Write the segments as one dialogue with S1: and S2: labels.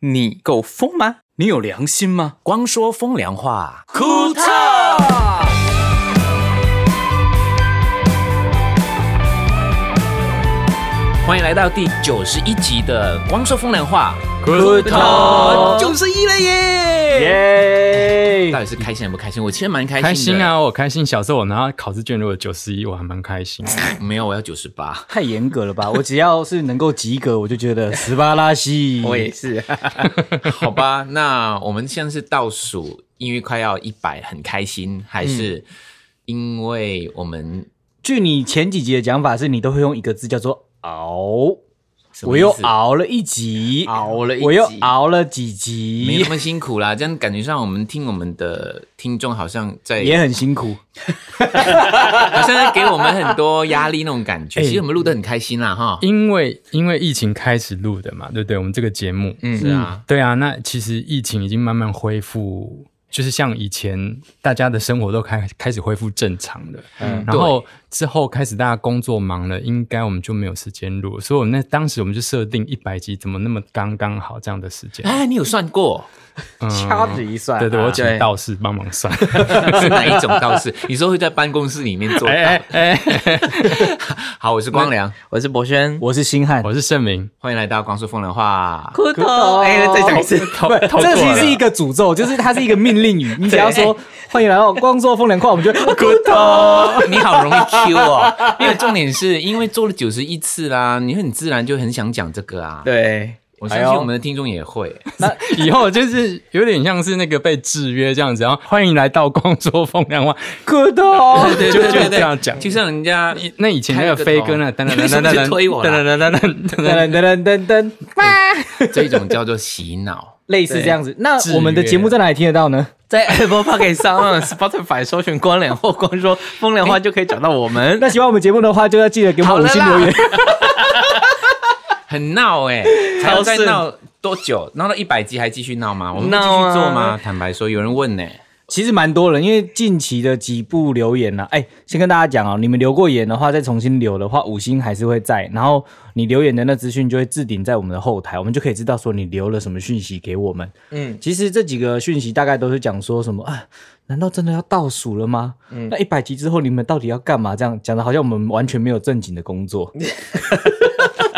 S1: 你够疯吗？你有良心吗？
S2: 光说风凉话，
S1: 库特。
S2: 欢迎来到第九十一集的《光说风凉话》。
S1: 库特
S2: 九十一了耶！
S3: 耶
S2: 到底是开心还不开心？我其实蛮开心的。
S3: 开心！啊！我开心。小时候我拿到考试卷如果九十一，我还蛮开心。
S2: 没有，我要九十八。
S4: 太严格了吧？ 我只要是能够及格，我就觉得十八拉 稀。
S1: 我 也是，
S2: 好吧，那我们现在是倒数，因为快要一百，很开心，还
S4: 嗯
S2: 是因为我们
S4: 据你前几集的讲法，是你都会用一个字叫做“熬”，
S2: 什么
S4: 我
S2: 意思
S4: 又熬了一集，
S2: 熬了一集
S4: 我又熬了几
S2: 没
S4: 集
S2: 那，么辛苦啦，这样感觉上我们听我们的听众好像 在
S4: 也很辛苦。
S2: 好像在给我们很多压力那种感觉。
S3: 哎
S2: 其实我们录得很开心啦，哈。
S3: 因为因为疫情开始录的嘛，对不对？我们这个节目，嗯，
S2: 是啊，
S3: 对啊。那其实疫情已经慢慢恢复，就是像以前大家的生活都开开始恢复正常了。嗯，然后之后开始大家工作忙了，应该我们就没有时间录，所以我们那当时我们就设定一百集，怎么那么刚刚好这样的时间？
S2: 哎，你有算过
S4: 掐指一算，啊
S3: 对对，我请
S1: 对
S3: 道士帮忙算。
S2: 是哪一种道士？你说会在办公室里面做？
S3: 哎哎哎，
S2: 好，我是光良，
S1: 我是博轩。
S4: 我是星汉。
S3: 我是盛明，
S2: 欢迎来到光说风凉话。
S1: 库特，哎，再讲 一次，
S3: 投
S4: 这个其实是一个诅咒，就是它是一个命令语。你只要说“欢迎来到光说风凉话”，我们就啊 good
S2: 你好容易 Q 哦，因为重点是因为做了九十一次啦，你很自然就很想讲这个啊。，
S1: 对，
S2: 我相信我们的听众也会。
S3: 以后就是有点像是那个被制约这样子，然后欢迎来到光说风凉话。
S4: good
S2: 对
S3: 就
S2: 对对
S3: 就这样讲
S2: 就像人家
S3: 那以前那个飞哥那噔噔噔噔噔噔噔噔噔，
S4: 噔噔噔噔噔，
S2: 这种叫做洗脑，
S4: 类似这样子。那我们的节目在哪里听得到呢？
S1: 在 Apple Podcast 上、嗯 Spotify 搜寻“光良”或“光说风凉话”就可以找到我 们。
S4: 那喜欢我们节目的话，就要记得给我们五星留言。
S2: 很闹哎，还要再闹多久？闹到一百集还继续闹吗？我们继续
S1: 闹啊
S2: 做吗？坦白说，有人问呢。
S4: 其实蛮多人，因为近期的几部留言呢、啊，哎，先跟大家讲哦，你们留过言的话，再重新留的话，五星还是会在，然后你留言的那资讯就会置顶在我们的后台，我们就可以知道说你留了什么讯息给我们。
S1: 嗯，
S4: 其实这几个讯息大概都是讲说什么啊？难道真的要倒数了吗？
S1: 嗯
S4: 那一百集之后你们到底要干嘛？这样讲的好像我们完全没有正经的工作。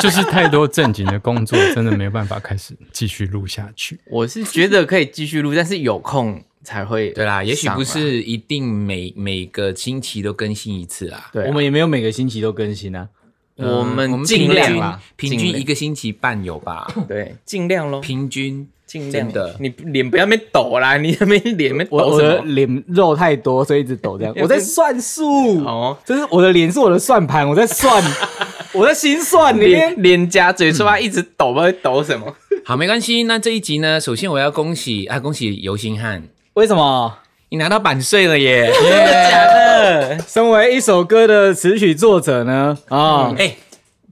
S3: 就是太多正经的工作，真的没有办法开始继续录下去。
S1: 我是觉得可以继续录，但是有空才会。
S2: 对啦，也许不。是一定每每个星期都更新一次啦。
S1: 对啊
S4: 我们也没有每个星期都更新啊。
S2: 嗯
S1: 呃我们
S2: 平
S1: 尽量
S2: 均
S1: 啦
S2: 平
S1: 尽
S2: 均
S1: 量
S2: 一个星期半有吧？
S1: 对，尽量咯，
S2: 平均
S1: 尽量
S2: 真的
S1: 你脸不要那边抖啦，你那边脸那边
S4: 我
S1: 抖
S4: 我
S1: 什
S4: 的
S1: 么？
S4: 脸肉太多，所以一直抖这 样。我在算数
S1: 哦，
S4: 这是我的脸是我的算盘，我在 算，我在心算里面。
S1: 脸脸颊嘴唇啊一直抖，不知道在抖什么？
S2: 好，没关系。那这一集呢，首先我要恭喜啊，恭喜游星汉，
S4: 为什么？
S2: 你拿到版税了耶！
S1: 假的，
S4: 身为一首歌的词曲作者呢，啊、
S2: 哎、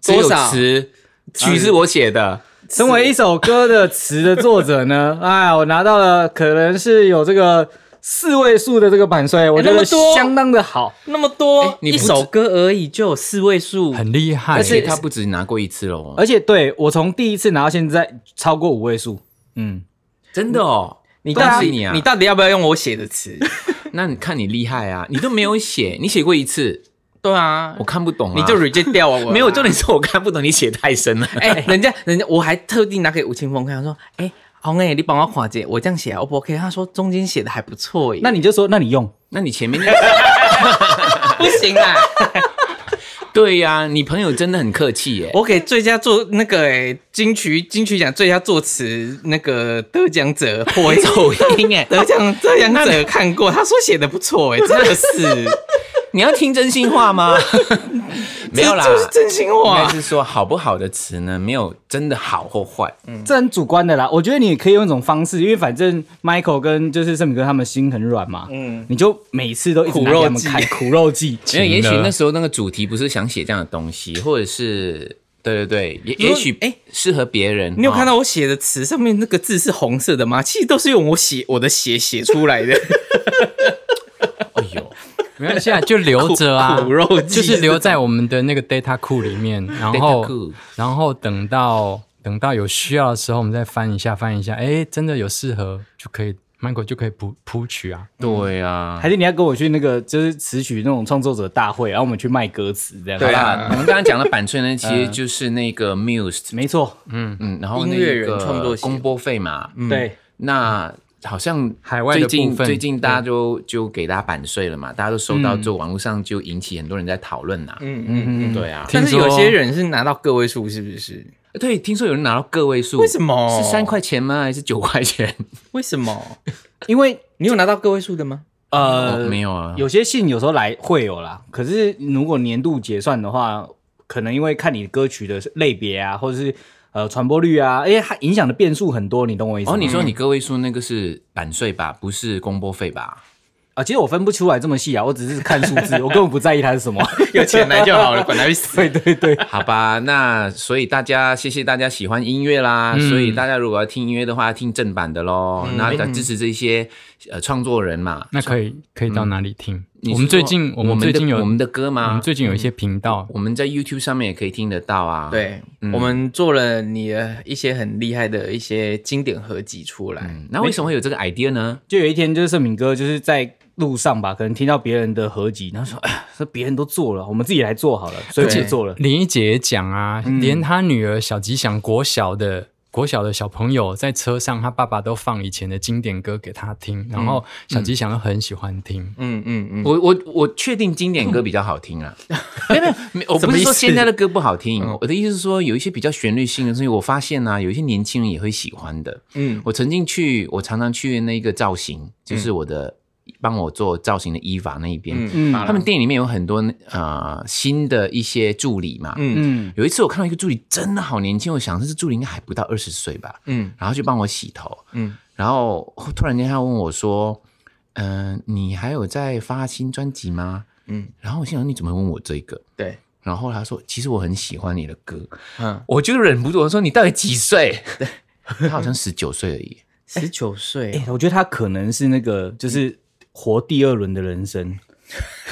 S2: 只有
S1: 多少
S2: 词曲是我写的，
S4: 身为一首歌的词的作者呢，哎，我拿到了可能是有这个四位数的这个版税，我觉
S1: 那
S4: 得
S1: 么多
S4: 相当的好。
S1: 那么多
S2: 哎，你
S1: 一
S2: 不止
S1: 首歌而已就有四位数，
S2: 嗯
S3: 很厉害
S1: 啊
S2: 而，且他不止拿过一次喽，
S4: 而且对我从第一次拿到现在超过五位数，嗯，
S2: 真的哦。
S1: 你
S2: 恭
S1: 到
S2: 喜
S1: 底
S2: 你啊！
S1: 你到底要不要用我写的词？
S2: 那你看你厉害啊，你都没有写，你写过一次，
S1: 对啊
S2: 我，看不懂、啊，
S1: 你就 reject 掉 啊我啊，
S2: 没有重点是我看不懂，你写太深了。
S1: 哎、人家人家我还特地拿给吴青峰看，他说：“哎、红哎，你帮我垮姐，我这样写 O 不 OK？” 他说中间写的还不错耶，
S4: 那你就说，那你用
S2: 那你前面那
S1: 不行啊！
S2: 对呀、你朋友真的很客气耶。
S1: 我给最佳作那个哎、金曲金曲奖最佳作词那个得奖者 破音走音哎，得奖得奖者看过，他说写的不错哎、真的是
S2: 你要听真心话吗？ 没有啦，
S1: 这就是真心
S2: 应
S1: 话
S2: 该。是说好不好的词呢，没有真的好或坏。
S1: 嗯
S4: 这很主观的啦，我觉得你也可以用一种方式，因为反正 Michael 跟就是盛敏哥他们心很软嘛，嗯，你就每次都一直拿给他们看苦肉 计，
S2: 没有，也许
S3: 行了
S2: 那时候那个主题不是想写这样的东西，或者是对对对，也也许
S1: 哎
S2: 哎适合别人。
S1: 你有看
S2: 哦？
S1: 到我写的词上面那个字是红色的吗？其实都是用我写我的血写出来 的。
S2: 哎呦，
S3: 没关系啊，就留着啊，
S1: 苦苦肉 计
S3: 就是留在我们的那个 data 库里面，然后
S2: Data 库
S3: 然后等到。等到有需要的时候，我们再翻一下翻一下，哎，真的有适合就可以，Michael 就可以谱谱曲啊。
S2: 对啊
S4: 还，是你要跟我去那个就是词曲那种创作者大会，然后我们去卖歌词这样？
S2: 对，啊，我们刚刚讲的版税呢，其实就是那个 Muse，
S4: 没错，
S2: 嗯，然后
S1: 嗯音
S2: 那
S1: 乐人
S2: 个
S1: 创作协会
S2: 公播费嘛，
S4: 对，
S2: 那好像
S3: 海外的
S2: 最
S3: 部
S2: 近
S3: 分
S2: 最近大家就就给大家版税了嘛，大家都收到，就网络上就引起很多人在讨论呐。
S1: 嗯嗯嗯，
S2: 对啊，
S1: 但是有
S3: 听说
S1: 些人是拿到个位数，是不是？
S2: 对，听说有人拿到个位数，
S1: 为什么
S2: 是三块钱吗？还是九块钱？
S1: 为什么？
S4: 因为
S1: 你有拿到个位数的吗？
S4: 呃，
S2: 哦没有啊，
S4: 有些信有时候来会有啦，可是如果年度结算的话，可能因为看你歌曲的类别啊，或者是呃传播率啊，因为它影响的变数很多，你懂我意思吗？嗯
S2: 哦，你说你个位数那个是版税吧，不是公播费吧？
S4: 啊，其实我分不出来这么细啊，我只是看数字，我根本不在意它是 什么。
S1: 有钱来就好了，管他去死。
S4: 对对对，
S2: 好吧，那所以大家谢谢大家喜欢音乐啦。
S1: 嗯
S2: 所以大家如果要听音乐的话，听正版的喽。那
S1: 嗯
S2: 要支持这些呃创作人嘛。
S3: 那可以可以到哪里听？
S2: 嗯你是
S3: 我们最
S2: 说
S3: 近
S2: 我
S3: 们
S2: 们
S3: 最近
S2: 的
S3: 有
S2: 我们的歌吗
S1: 啊
S3: 我们最近有一
S1: 嗯
S3: 些频道，
S2: 我们在 YouTube 上面也可以听得到啊。，
S1: 对，我们做了你的一些很厉害的一些经典合集出来，
S2: 嗯那为什么会有这个 idea 呢？
S4: 就有一天就是盛敏哥就是在路上吧，可能听到别人的合集，然后说哎呀，说别人都做了，我们自己来做好了，所以我
S1: 对
S4: 们做了。
S3: 林一姐也讲啊，
S1: 嗯
S3: 连她女儿小吉祥国小的国小的小朋友在车上，他爸爸都放以前的经典歌给他听，然后小吉祥都很喜欢听。
S1: 嗯嗯嗯，
S2: 我我我确定经典歌比较好 听啊，没有没有没有，我不
S1: 什么
S2: 是
S1: 意思嗯
S2: 说现在的歌不好听，我的意思是说有一些比较旋律性的东西，我发现啊，有一些年轻人也会喜欢的。
S1: 嗯
S2: 我曾经去，我常常去那个造型，就是我的、帮我做造型的伊娃那一边，
S1: 嗯，
S2: 他们店里面有很多呃新的一些助理嘛，
S1: 嗯
S4: 嗯，
S2: 有一次我看到一个助理真的好年轻，我想这助理应该还不到二十岁吧，
S1: 嗯
S2: 然后就帮我洗头，
S1: 嗯
S2: 然后突然间他问我说：“嗯、你还有在发新专辑吗
S1: 嗯，？”
S2: 然后我心想你怎么问我这个？
S1: 对，
S2: 然后他说：“其实我很喜欢你的歌。”
S1: 嗯，
S2: 我就忍不住我说：“你到底几岁？”他好像十九岁而已。
S1: 十九岁啊
S4: 哎、，我觉得他可能是那个就是活第二轮的人生。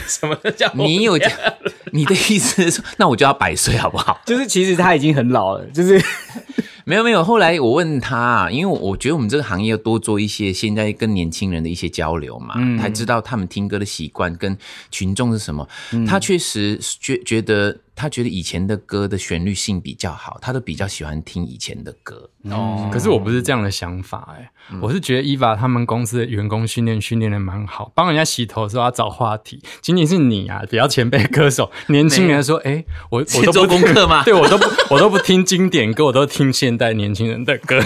S1: 什么叫
S2: 你有讲 你的意思是说，那我就要百岁好不好？
S4: 就是其实他已经很老了，就是
S2: 没有没有，后来我问他，啊因为我觉得我们这个行业要多做一些现在跟年轻人的一些交流嘛，
S4: 嗯
S2: 才知道他们听歌的习惯跟群众是什么。
S4: 嗯
S2: 他确实觉觉得他觉得以前的歌的旋律性比较好，他都比较喜欢听以前的歌。
S4: 嗯
S1: 哦
S3: 可是我不是这样的想法哎、
S1: 嗯
S3: 我是觉得伊娃他们公司的员工训练训练的蛮好，帮人家洗头的时候要找话题，仅仅是你啊，比较前辈歌 手，年轻人说，哎、我我都
S1: 做
S3: 不
S1: 功课吗
S3: 对我都不我都不听经典歌，我都听现代年轻人的歌。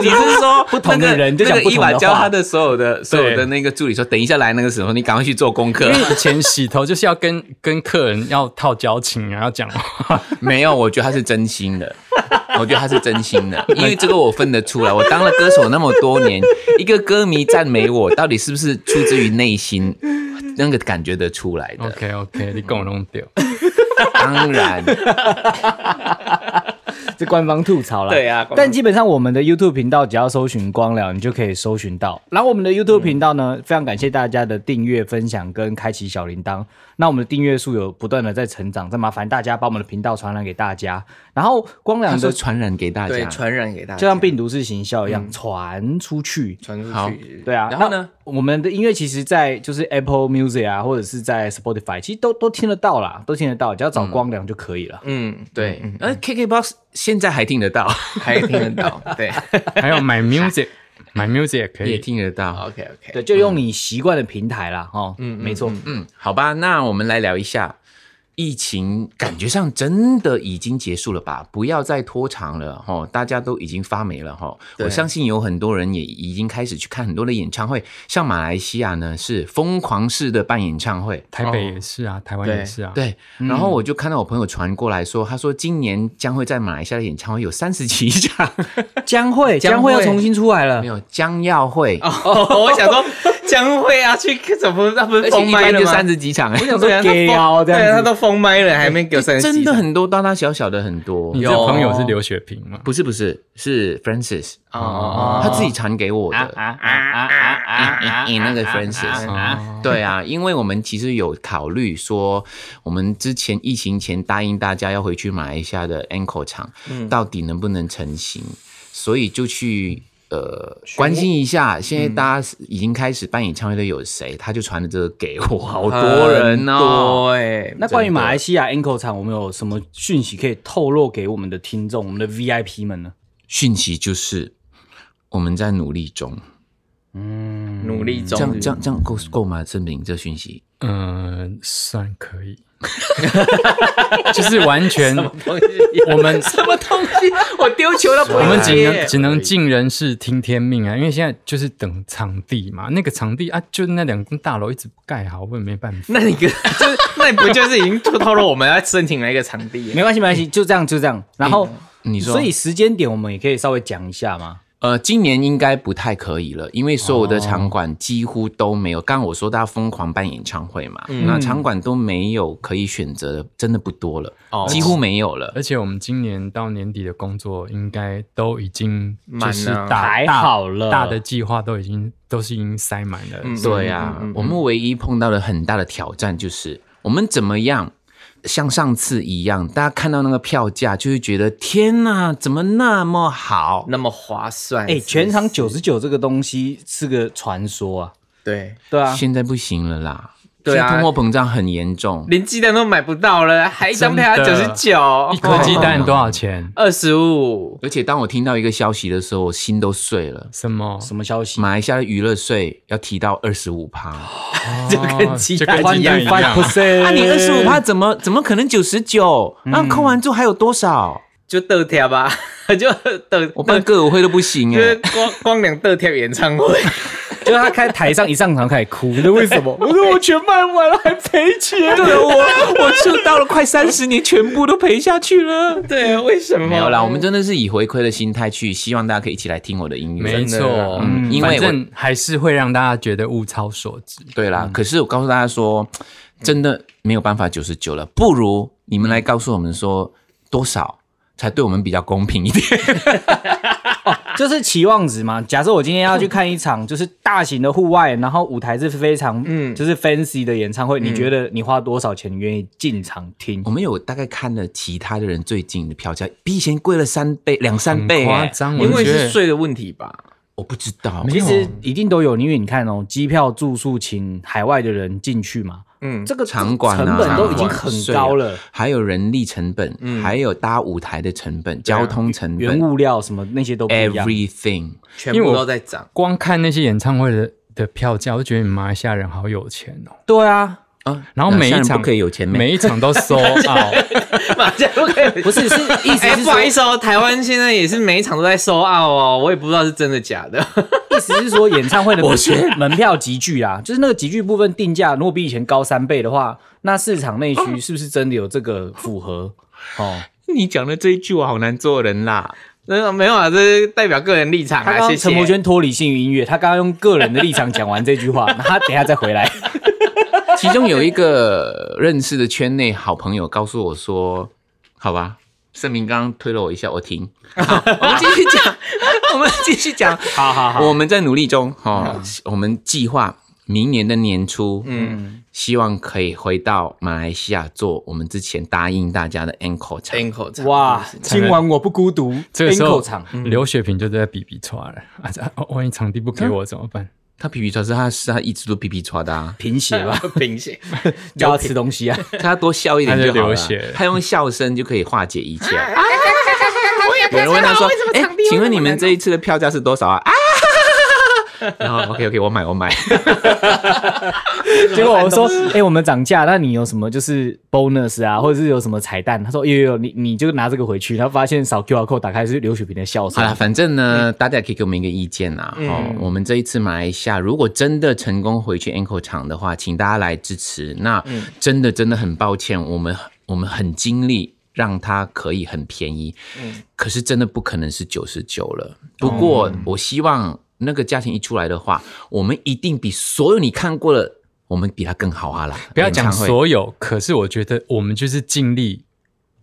S2: 你是 说
S4: 不同的人就
S2: 那个
S4: 讲
S2: 那
S4: 不
S2: 个
S4: 同
S2: 伊
S4: 的话
S2: 娃教他的所有的所有的那个助理说，等一下来那个时候，你赶快去做功课
S3: 因。为以前洗头就是要跟跟客人要套交情啊，要讲话。
S2: 没有，我觉得他是真心的， 我觉得他是真心的，因为这个我分得出来。我当了歌手那么多年，一个歌迷赞美我，到底是不是出自于内心，那个感觉得出来的？
S3: OK OK，你跟我弄丢。
S2: 当 然，
S4: 这官方吐槽啦。
S1: 对啊官方
S4: 但基本上我们的 YouTube 频道只要搜寻“光疗”，你就可以搜寻到。然后我们的 YouTube 频道呢，非常感谢大家的订阅、分享跟开启小铃铛。那我们的订阅数有不断的在成长，再麻烦大家把我们的频道传染给大家。然后光
S2: 他
S4: 良
S2: 说
S4: 的
S2: 传染给大
S1: 对
S2: 家。
S1: 传染给大家，嗯
S4: 就像病毒式行销一样传出去。
S1: 传出
S2: 好
S1: 去，
S4: 对啊，
S2: 然后呢
S4: 那我们的音乐其实，在就是 Apple Music 啊，或者是在 Spotify，其实都都听得到啦，都听得到，只要找光良就可以了。
S1: 嗯，
S2: 对，而 KKBOX 现在还听得到，
S1: 还听得 到，对
S3: 还有 My Music，My Music 也可
S2: 也
S3: 以。
S2: 听得到。
S1: ，OK OK，
S4: 对，就用你习惯的平台啦，哈，嗯，没错，
S2: 嗯，好吧，那我们来聊一下。疫情感觉上真的已经结束了吧？不要再拖长了哈，吼大家都已经发霉了哈。吼
S1: 对
S2: 我相信有很多人也已经开始去看很多的演唱会，像马来西亚呢是疯狂式的办演唱会，
S3: 台北
S1: 哦
S3: 也是啊，台湾也是啊。
S2: 对。
S1: 嗯
S2: 然后我就看到我朋友传过来说，他说今年将会在马来西亚的演唱会有三 十七场，
S4: 将会
S1: 将
S4: 将会要
S1: 会
S2: 嗯
S4: 重新出来了
S2: 没，有将要会
S1: 哦，我想说江蕙啊，去怎么他不
S2: 而
S1: 是
S2: 且
S1: 封
S2: 一
S1: 麦
S2: 般
S1: 哦了
S2: 就
S1: 吗？
S2: 三十几场哎、
S1: 我想说他
S4: 给
S1: 封
S4: 哦这样
S1: 对
S4: 子
S1: 啊，他都封麦了，还没给我三十几
S2: 真的
S1: 场
S2: 很多，大大小小的很多。
S3: 你这
S1: 有
S3: 朋友是刘雪萍 吗？
S2: 不是不是是 Francis，
S1: 哦哦
S2: 他自己传给我的。
S4: 啊啊啊
S2: 你那个 Francis，、对啊，因为我们其实有考虑说，我们之前疫情前答应大家要回去马来西亚的 Anchor 厂，到底能不能成型，所以就去。呃，关心一下，现在大家已经开始办演唱会的有谁？他就传了这个给我，好多人
S1: 很
S2: 哦。
S1: 多哎，
S4: 那关于马来西亚 Anko 厂，我们有什么讯息可以透露给我们的听众、我们的 VIP 们呢？
S2: 讯息就是我们在努力中，
S4: 嗯，
S1: 努力
S2: 这样
S1: 中
S2: 这样这样够够吗？证明这讯息
S3: 嗯，算可以， 就是完全
S1: 东西
S3: 我们
S1: 啊什么东西？ 哎我丢球都不
S3: 我
S1: 会
S3: 们只
S1: 接
S3: 能只能尽人事听天命啊，因为现在就是等场地嘛，那个场地啊，就那两栋大楼一直不盖好，我也没办法。
S1: 那你跟 就是那你不就是已经透透露我们要申请了一个场 地？
S4: 没关系，没关系，就这样，就这样。然后
S2: 你说
S4: 所以时间点我们也可以稍微讲一下嘛。
S2: 呃，今年应该不太可以了，因为所有的场馆几乎都没有。刚刚我说大家疯狂办演唱会嘛，
S1: 嗯
S2: 那场馆都没有可以选择的，真的不多了，
S1: 哦
S2: 几乎没有了。
S3: 而且我们今年到年底的工作应该都已经就是
S1: 满了
S3: 大
S4: 还
S3: 大
S4: 好了
S3: 大的计划都已经都是已经塞满了。
S1: 嗯
S2: 对啊，
S1: 嗯嗯嗯
S2: 我们唯一碰到的很大的挑战就是我们怎么样。像上次一样，大家看到那个票价，就会觉得天哪，怎么那么好？
S1: 那么划算？
S4: 哎、
S1: 是不是
S4: 全场九十九这个东西是个传说啊，
S1: 对，
S4: 对啊，
S2: 现在不行了啦，
S1: 对啊
S2: 现在通货膨胀很严重。
S1: 连鸡蛋都买不到了，还一张票要
S3: 真
S1: 九
S3: 的
S1: 十九，
S3: 一颗鸡蛋多少钱？
S1: 二十五，
S2: 而且当我听到一个消息的时候，我心都碎了。
S3: 什么？
S4: 什么消息？
S2: 马来西亚的娱乐税要提到二十五趴，
S1: 就跟鸡蛋
S3: 哦就跟鸡蛋一样。
S4: percent，
S2: 那、啊你二十五趴怎么怎么可能九十九？
S3: 嗯
S2: 那扣完之后还有多少？
S1: 就豆跳吧， 就豆
S2: 我办歌友会都不行
S1: 就
S2: 哎、
S1: 是光光两豆跳演唱会，
S4: 就是他开台上一上场开始哭，那为什么？ 我说我全卖完了还赔钱。
S2: 对我，我出道了快三十年，全部都赔下去了。
S1: 对，为什么？
S2: 没有啦，我们真的是以回馈的心态去，希望大家可以一起来听我的音乐。
S3: 没错，
S2: 嗯因为
S3: 反
S2: 我
S3: 正嗯还是会让大家觉得物超所值。
S2: 对啦，可是我告诉大家说，真的没有办法九十九了，不如你们来告诉我们说多少才对我们比较公平一 点。
S4: 就是期望值嘛。假设我今天要去看一场，就是大型的户外，然后舞台是非常嗯，就是 fancy 的演唱会，你觉得你花多少钱，你愿意进场听
S2: 我？们有大概看了其他的人最近的票价，比以前贵了三倍、两三倍、
S3: 很夸
S2: 哎
S3: 张，
S1: 因
S3: 我
S1: 为
S3: 觉
S1: 是
S3: 得
S1: 税的问题吧？
S2: 我不知道，
S4: 其实一定都有，因为你看哦，机票、住宿，请海外的人进去嘛，
S1: 嗯，
S4: 这个
S2: 场馆啊
S4: 成本都已经很高了，
S2: 还有人力成本，还有搭舞台的成本、交通成
S4: 原
S2: 本
S4: 物料什么那些都不一样。
S2: ，everything。
S1: 全
S3: 因为
S1: 部
S3: 我
S1: 都在涨。
S3: 光看那些演唱会的的票价，我就觉得你们马来西亚人好有钱哦。
S4: 对啊，
S2: 啊，
S3: 然后每一
S2: 哪像
S3: 场
S2: 人不可以有钱没？
S3: 每一场都收澳，
S1: 马上就可以
S4: 不是是意思
S1: 哎、
S4: 是
S1: 不
S4: 说
S1: 好意思哦，台湾现在也是每一场都在收澳哦，我也不知道是真的假的。
S4: 意思是说，演唱会的门门票集聚啊，就是那个集聚部分定价，如果比以前高三倍的话，那市场内需是不是真的有这个符合？哦，
S2: 你讲的这一句，我好难做人啦。
S1: 没有没有啊，这是代表个人立场
S4: 他
S1: 啊，
S4: 刚
S1: 谢
S4: 刚
S1: 谢。
S4: 陈柏轩脱离幸运音乐，他刚刚用个人的立场讲完这句话，那他等一下再回来。
S2: 其中有一个认识的圈内好朋友告诉我说：“好吧，盛明刚刚推了我一下，我停。好我们继续讲， 我们继续讲。
S4: 好好好，
S2: 我们在努力中，哦，我们计划明年的年初，嗯，希望可以回到马来西亚做我们之前答应大家的 Anchor 场。
S1: Anko 场
S4: 哇，今晚我不孤独。
S3: 这个时
S4: Anko
S3: 候
S4: 场，，
S3: 刘雪萍就在比比抓了啊！这啊万一场地不给我怎么办？
S2: 他皮皮抓是他是他一直都皮皮抓的啊
S4: 贫血 吧，
S1: 平行，
S4: 叫他吃东西啊。
S2: 他多笑一点就好
S3: 他就流
S2: 了
S3: 血了，
S2: 他用笑声就可以化解一切。啊有人问他说：“哎，请问你们这一次的票价是多少啊？” 啊，然后 OK OK，我买我买。
S4: 结果我说，哎、我们涨价，那你有什么就是 bonus 啊，或者是有什么彩蛋？他说有有有，你你就拿这个回去。他发现扫 QR code 打开是刘雪萍的笑
S2: 好
S4: 声
S2: 啦，。反正呢，
S3: 嗯
S2: 大家也可以给我们一个意见啦。哦，我们这一次马来西亚如果真的成功回去 Anchor 场的话，请大家来支持。那
S3: 嗯
S2: 真的真的很抱歉，我们我们很尽力。让它可以
S3: 嗯哦
S2: 很便宜，可是真的不可能是九十九了。不过我希望那个价钱一出来的话，我们一定比所有你看过的，我们比他更好啊啦！
S3: 不要
S2: 演
S3: 讲
S2: 唱会
S3: 所有，可是我觉得我们就是尽力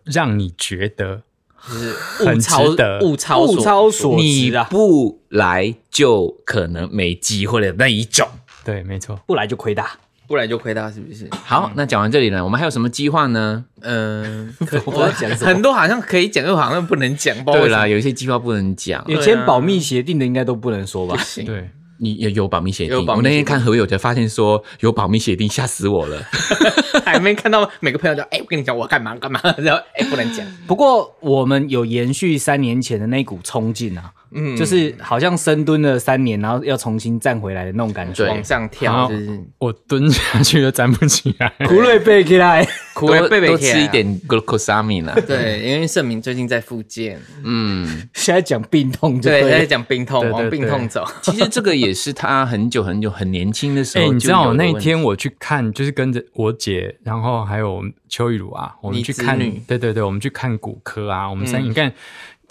S3: 让你觉得
S1: 物
S3: 很
S1: 超
S3: 值得
S1: 物超
S4: 物超所
S2: 你
S4: 值啊，
S2: 不来就可能没机会的那一种。
S3: 对，没错。
S4: 不来就亏大。
S1: 不然就亏大是不是？
S2: 好，那讲完这里呢，我们还有什么计划呢？
S1: 嗯，
S4: 我要讲什么
S1: 很多好像可以讲，又好像不能讲。不知道
S2: 对
S1: 为什么
S2: 啦，，有一些计划不能讲，
S1: 啊
S4: 有签保密协定的应该都不能说 吧？
S1: 行，
S3: 对，
S2: 你有有保密协定。
S1: 有保密
S2: 我那
S1: 协
S2: 天
S1: 定
S2: 看何友才发现说有保密协定，吓死我了。
S1: 还没看到每个朋友就哎，我跟你讲我干嘛干嘛，然后哎不能讲。
S4: 不过我们有延续三年前的那股冲劲啊，
S1: 嗯，
S4: 就是好像深蹲了三年，然后要重新站回来的那种感觉。
S2: 对
S1: 往上跳，
S3: 好
S1: 就是
S3: 我蹲下去都站不起来。哎
S4: 苦累背起来，
S1: 苦了贝贝
S2: 多
S1: 贴啊
S2: 吃一。点 glucosamine 啦。
S1: 对，因为盛明最近在复健，
S2: 嗯，
S4: 现在讲病痛就
S1: 对，他在
S4: 对了。
S1: 讲病痛，
S3: 对对
S1: 往病痛走。
S2: 其实这个也是他很久很久很年轻的时
S3: 哎、
S2: 候就有的问
S3: 你
S2: 题。
S3: 知道我那一天我去看，就是跟着我姐，然后还有邱玉茹啊，我们
S1: 你
S3: 去
S1: 子
S3: 看
S1: 女，
S3: 对对对，我们去看骨科啊，我们三个、你看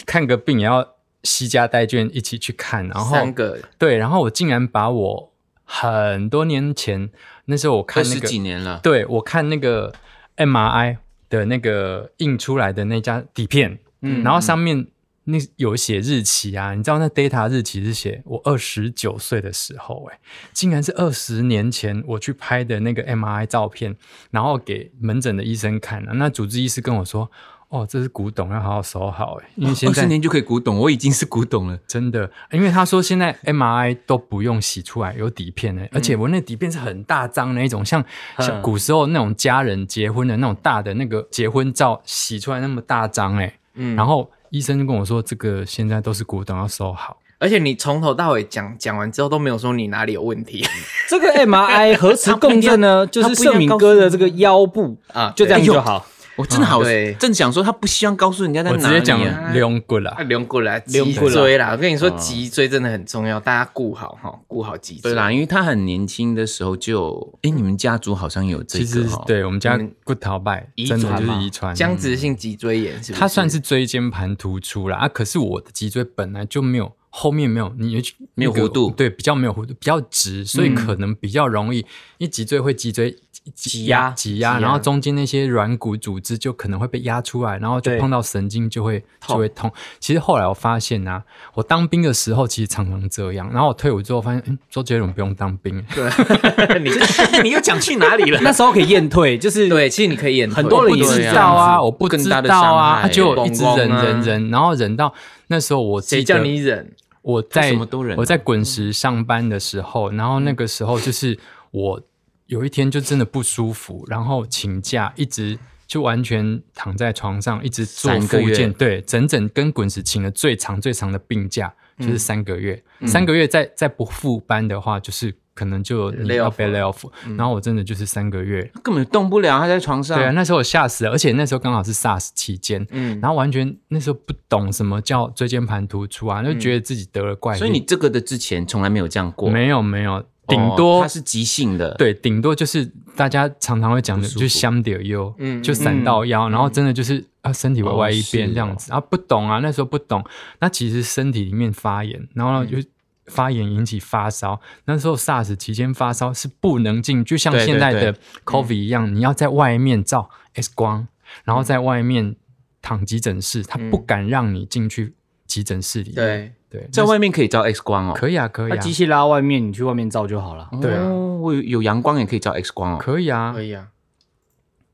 S3: 看个病也要惜家带眷一起去看，然后
S1: 三个
S3: 对，然后我竟然把我很多年前那时候我
S2: 二
S3: 看那
S2: 十
S3: 个，
S2: 几年了，
S3: 对我看那个 MRI 的那个印出来的那家底片，嗯，然后上面那有写日期啊，你知道那 data 日期是写我二十九岁的时候、欸，竟然是二十年前我去拍的那个 MRI 照片，然后给门诊的医生看啊，那主治医师跟我说。哦，这是古董，要好好收好哎，欸因为现
S2: 二
S3: 在
S2: 十年就可以古董，我已经是古董了。
S3: 真的，因为他说现在 MRI 都不用洗出来，有底片呢、欸而且我那底片是很大张那一种，像像古时候那种家人结婚的那种大的那个结婚照洗出来那么大张哎、
S1: 嗯
S3: 然后医生就跟我说，这个现在都是古董，要收好。
S1: 而且你从头到尾讲讲完之后都没有说你哪里有问题
S4: 这个 MRI 核磁共振呢，就
S1: 他不一定要
S4: 是盛敏哥的这个腰部，
S1: 啊，
S4: 就这样
S1: 对
S4: 就好。
S3: 哦
S2: 我真的好
S1: 啊对
S2: 正想说，他不希望告诉人家在
S3: 我直
S2: 哪里
S3: 接
S2: 啊。
S3: 讲
S1: 啊
S3: 两骨啦
S1: 啊，，轮过来，
S4: 轮
S1: 脊
S4: 过来
S1: 椎啦，我跟你说，脊椎真的很重要，大家顾好哈，顾好脊椎。
S2: 对啦，因为他很年轻的时候就，哎，你们家族好像有这
S3: 其实
S2: 个
S3: 是
S2: 哦，
S3: 对我们家
S1: 嗯
S3: 骨头拜
S1: 遗
S3: 真的
S1: 传
S3: 就是
S1: 嘛
S3: 遗传，
S1: 僵直性脊椎炎是不是？
S3: 它算是椎间盘突出啦啊，可是我的脊椎本来就没有后面没有，你也去
S2: 没有
S3: 那个
S2: 弧度
S3: 对，比较没有弧度，比较直，所以可能比较容易，因为脊椎会脊椎
S4: 挤压
S3: 挤压，然后中间那些软骨组织就可能会被压出来，然后就
S4: 对
S3: 碰到神经就会就会痛。其实后来我发现啊，我当兵的时候其实常常这样，然后我退伍之后发现，嗯，周杰伦不用当兵，
S1: 对， 哎 你
S2: 你又讲去哪里了？
S4: 那时候可以验退，就是
S1: 对，其实你可以演
S4: 很多人
S1: 不
S4: 不
S1: 知
S4: 知
S3: 知
S1: 道
S3: 道
S1: 啊，
S3: 啊，我不
S2: 更
S3: 知
S2: 大的
S3: 道
S2: 伤
S3: 啊，
S2: 害
S3: 他就一直
S1: 蹦蹦
S3: 忍
S1: 啊
S3: 忍忍，然后忍到那时候我记
S1: 谁
S3: 得
S1: 叫你忍？
S3: 我
S2: 他
S3: 在
S2: 什么都忍嗯
S3: 我在滚石上班的时候，然后那个时候就是我有一天就真的不舒服，然后请假，一直就完全躺在床上，一直做
S2: 三个
S3: 复
S2: 月
S3: 健，对，整整跟滚石请了最长最长的病假，
S2: 嗯
S3: 就是三个月，三个月再再不复班的话，就是可能就你
S1: Lay
S3: 要
S1: off
S3: 被 lay off，然
S2: 嗯
S3: 后我真的就是三个月，
S2: 根本动不了，他在床上。
S3: 对啊，那时候我吓死了，而且那时候刚好是 SARS 期间，
S1: 嗯，
S3: 然后完全那时候不懂什么叫椎间盘突出啊，就
S2: 嗯
S3: 觉得自己得了怪病，
S2: 所以你这个的之前从来没有这样过，
S3: 没有没有，顶
S2: 哦
S3: 多、
S2: 它是急性的，，
S3: 对，顶多就是大家常常会讲的，
S2: 不舒服
S3: 就是香点腰，
S1: 嗯
S3: 就闪到腰，然后真的就是啊身体歪歪一边
S2: 哦
S3: 这样子、啊，不懂啊，那时候不懂，那其实身体里面发炎，然后
S2: 嗯
S3: 就。发炎引起发烧，那时候 SARS 期间发烧是不能进，就像
S2: 对对
S3: 现在
S2: 对嗯
S3: 的 COVID 一样，你要在外面照 X 光，然后在外面躺急诊室，他
S2: 嗯
S3: 不敢让你进去急诊室里面。
S1: 对，
S3: 对对，
S2: 在外面可以照 X 光哦，
S3: 可以啊，可以
S4: 把
S3: 啊，
S4: 机器拉外面，你去外面照就好了。
S2: 以
S3: 对啊
S2: 哦我有有阳光也可以照 X 光哦。
S3: 可以啊
S1: 可，以啊。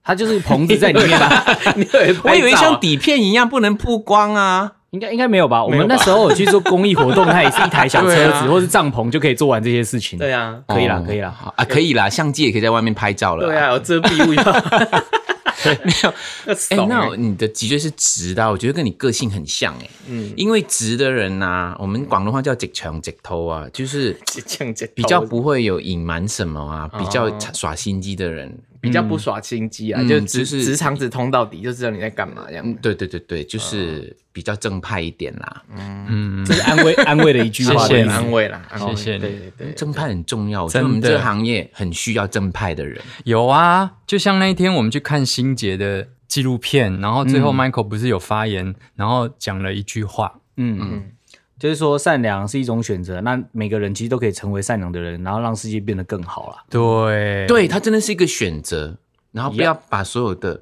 S4: 它就是棚子在里 面啊吧？
S1: 你有人拍
S2: 我以为
S1: 照啊
S2: 像底片一样不能曝光啊，
S4: 应该应该没有吧？我们那时候有去做公益活动，它也是一台小车
S2: 对
S4: 子
S2: 啊
S4: 或是帐篷就可以做完这些事情。
S1: 对啊，
S4: 可以啦
S2: 哦
S4: 可以啦
S2: 好啊，可以啦，相机也可以在外面拍照了。
S1: 对，啊，有遮蔽物要。没有，
S2: 哎、
S1: 哎，
S2: 那你的脊椎是直的啊，我觉得跟你个性很像哎、
S1: 嗯，
S2: 因为直的人呐、我们广东话叫直肠直头啊，就是
S1: 这样子
S2: 比较不会有隐瞒什么啊，
S1: 哦
S2: 比较耍心机的人。
S1: 比较不耍心机啊，
S2: 嗯
S1: 就
S2: 嗯
S1: 直
S2: 就是
S1: 直肠子通到底，就知道你在干嘛这样
S2: 嗯，
S1: 子。
S2: 对对对对，就是比较正派一点啦。
S3: 嗯。
S4: 这是安慰安慰的一句话嗯
S3: 谢
S4: 的
S3: 谢
S4: 意思。
S1: 安慰啦，安慰
S3: 谢谢你
S1: 对对嗯对，
S2: 正派很重要，我觉得
S3: 真的
S2: 我们这个行业很需要正派的人。
S3: 有啊，就像那一天我们去看新杰的纪
S2: 嗯
S3: 录片，然后最后 Michael 不是有发言，然后讲了一句话，
S4: 嗯，嗯，就是说善良是一种选择，那每个人其实都可以成为善良的人，然后让世界变得更好
S3: 嗯
S4: 啦。
S3: 对
S2: 对，它真的是一个选择，然后不要把所有的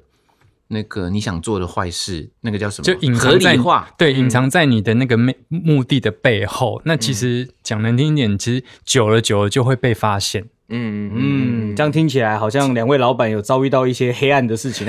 S2: 那个你想做的坏事，那个叫什么？
S3: 就隐
S2: 合
S3: 藏在
S2: 理 化。嗯
S3: 对，隐藏在你的那个目目的的背后。那其
S2: 嗯
S3: 实讲难听一点，其实久了久了就会被发现。
S2: 嗯
S4: 嗯，这样听起来好像两位老板有遭遇到一些黑暗的事情。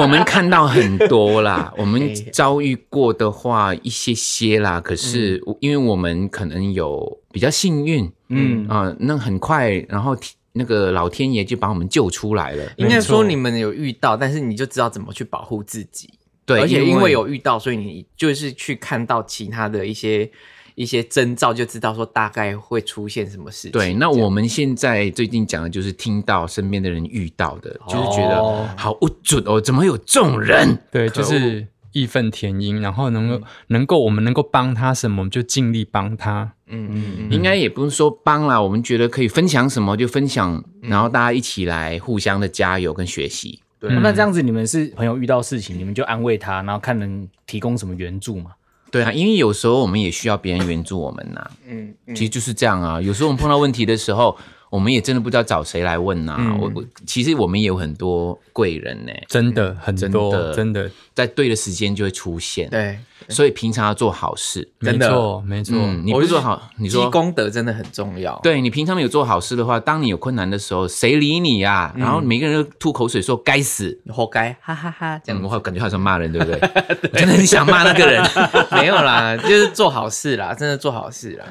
S2: 我们看到很多啦，我们遭遇过的话一些些啦，可是我因为我们可能有比较幸运，嗯啊、那很快，然后天那个老天爷就把我们救出来了。
S1: 应该
S3: 没
S1: 说
S3: 错
S1: 你们有遇到，但是你就知道怎么去保护自己。
S2: 对，
S1: 而且
S2: 因
S1: 因为有遇到，所以你就是去看到其他的一些一些征兆，就知道说大概会出现什么事情。
S2: 对，那我们现在最近讲的就是听到身边的人遇到的，就是觉得、
S4: 哦
S2: 好不准哦，怎么有这种人？
S3: 对，
S2: 可恶
S3: 就
S2: 嗯
S3: 是义愤填膺，然后能够、能够我们能够帮他什么，我们就尽力帮他。
S1: 嗯
S2: 应该也不是说帮啦，我们觉得可以分享什么就分享，
S1: 嗯
S2: 然后大家一起来互相的加油跟学习。
S1: 对
S4: 那这样子，你们是朋友遇到事情，你们就安慰他，然后看能提供什么援助嘛？
S2: 对啊，因为有时候我们也需要别人援助我们呐、
S1: 嗯，嗯
S2: 其实就是这样啊。有时候我们碰到问题的时 候，我们也真的不知道找谁来问呐、
S1: 嗯
S2: 我我其实我们也有很多贵人呢、
S3: 真的很
S2: 嗯真
S3: 多，
S2: 的
S3: 真的，
S2: 在对的时间就会出现。，
S1: 对，
S2: 所以平常要做好事。
S3: 没
S1: 真的
S3: 错，没错。
S2: 嗯，你
S1: 我
S2: 不
S1: 是
S2: 做好，你
S1: 积
S2: 说
S1: 功德真的很重要。，
S2: 对你平常没有做好事的话，当你有困难的时候，谁理你啊？
S4: 嗯
S2: 然后每个人都吐口水说该死，
S1: 活该，哈哈哈这
S2: 这样
S1: 样
S2: 的话感觉好像骂 人，对不对？ 我真的很想骂那个人。
S1: 没有啦，就是做好事啦，真的做好事啦，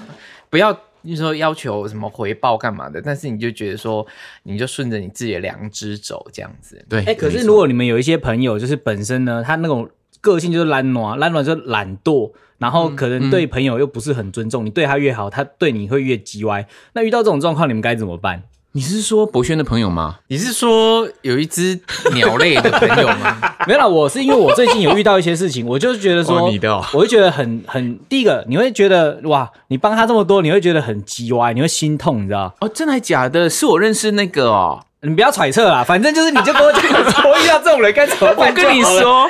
S1: 不要就是说要求什么回报干嘛的，但是你就觉得说，你就顺着你自己的良知走这样子。
S2: 对，
S4: 哎、可
S2: 没
S4: 是
S2: 错
S4: 如果你们有一些朋友，就是本身呢，他那种个性就是懒惰，懒惰就是懒惰，然
S2: 嗯
S4: 后可能对朋友又不是很尊重，你对他越好，他对你会越叽
S2: 嗯
S4: 歪。那遇到这种状况，你们该怎么办？
S2: 你是说博轩的朋友吗？
S1: 你是说有一只鸟类的朋友吗？
S4: 没有啦，我是因为我最近有遇到一些事情，我就是觉得说，
S2: 哦你的哦
S4: 我会觉得很很，第一个你会觉得哇，你帮他这么多，你会觉得很叽歪，你会心痛，你知道？
S2: 哦，真的还假的？是我认识那个 哦。
S4: 你不要揣测啦，反正就是你就跟我 讲说，遇到这种人该怎么办就好
S2: 我
S4: 了。
S2: 跟你说，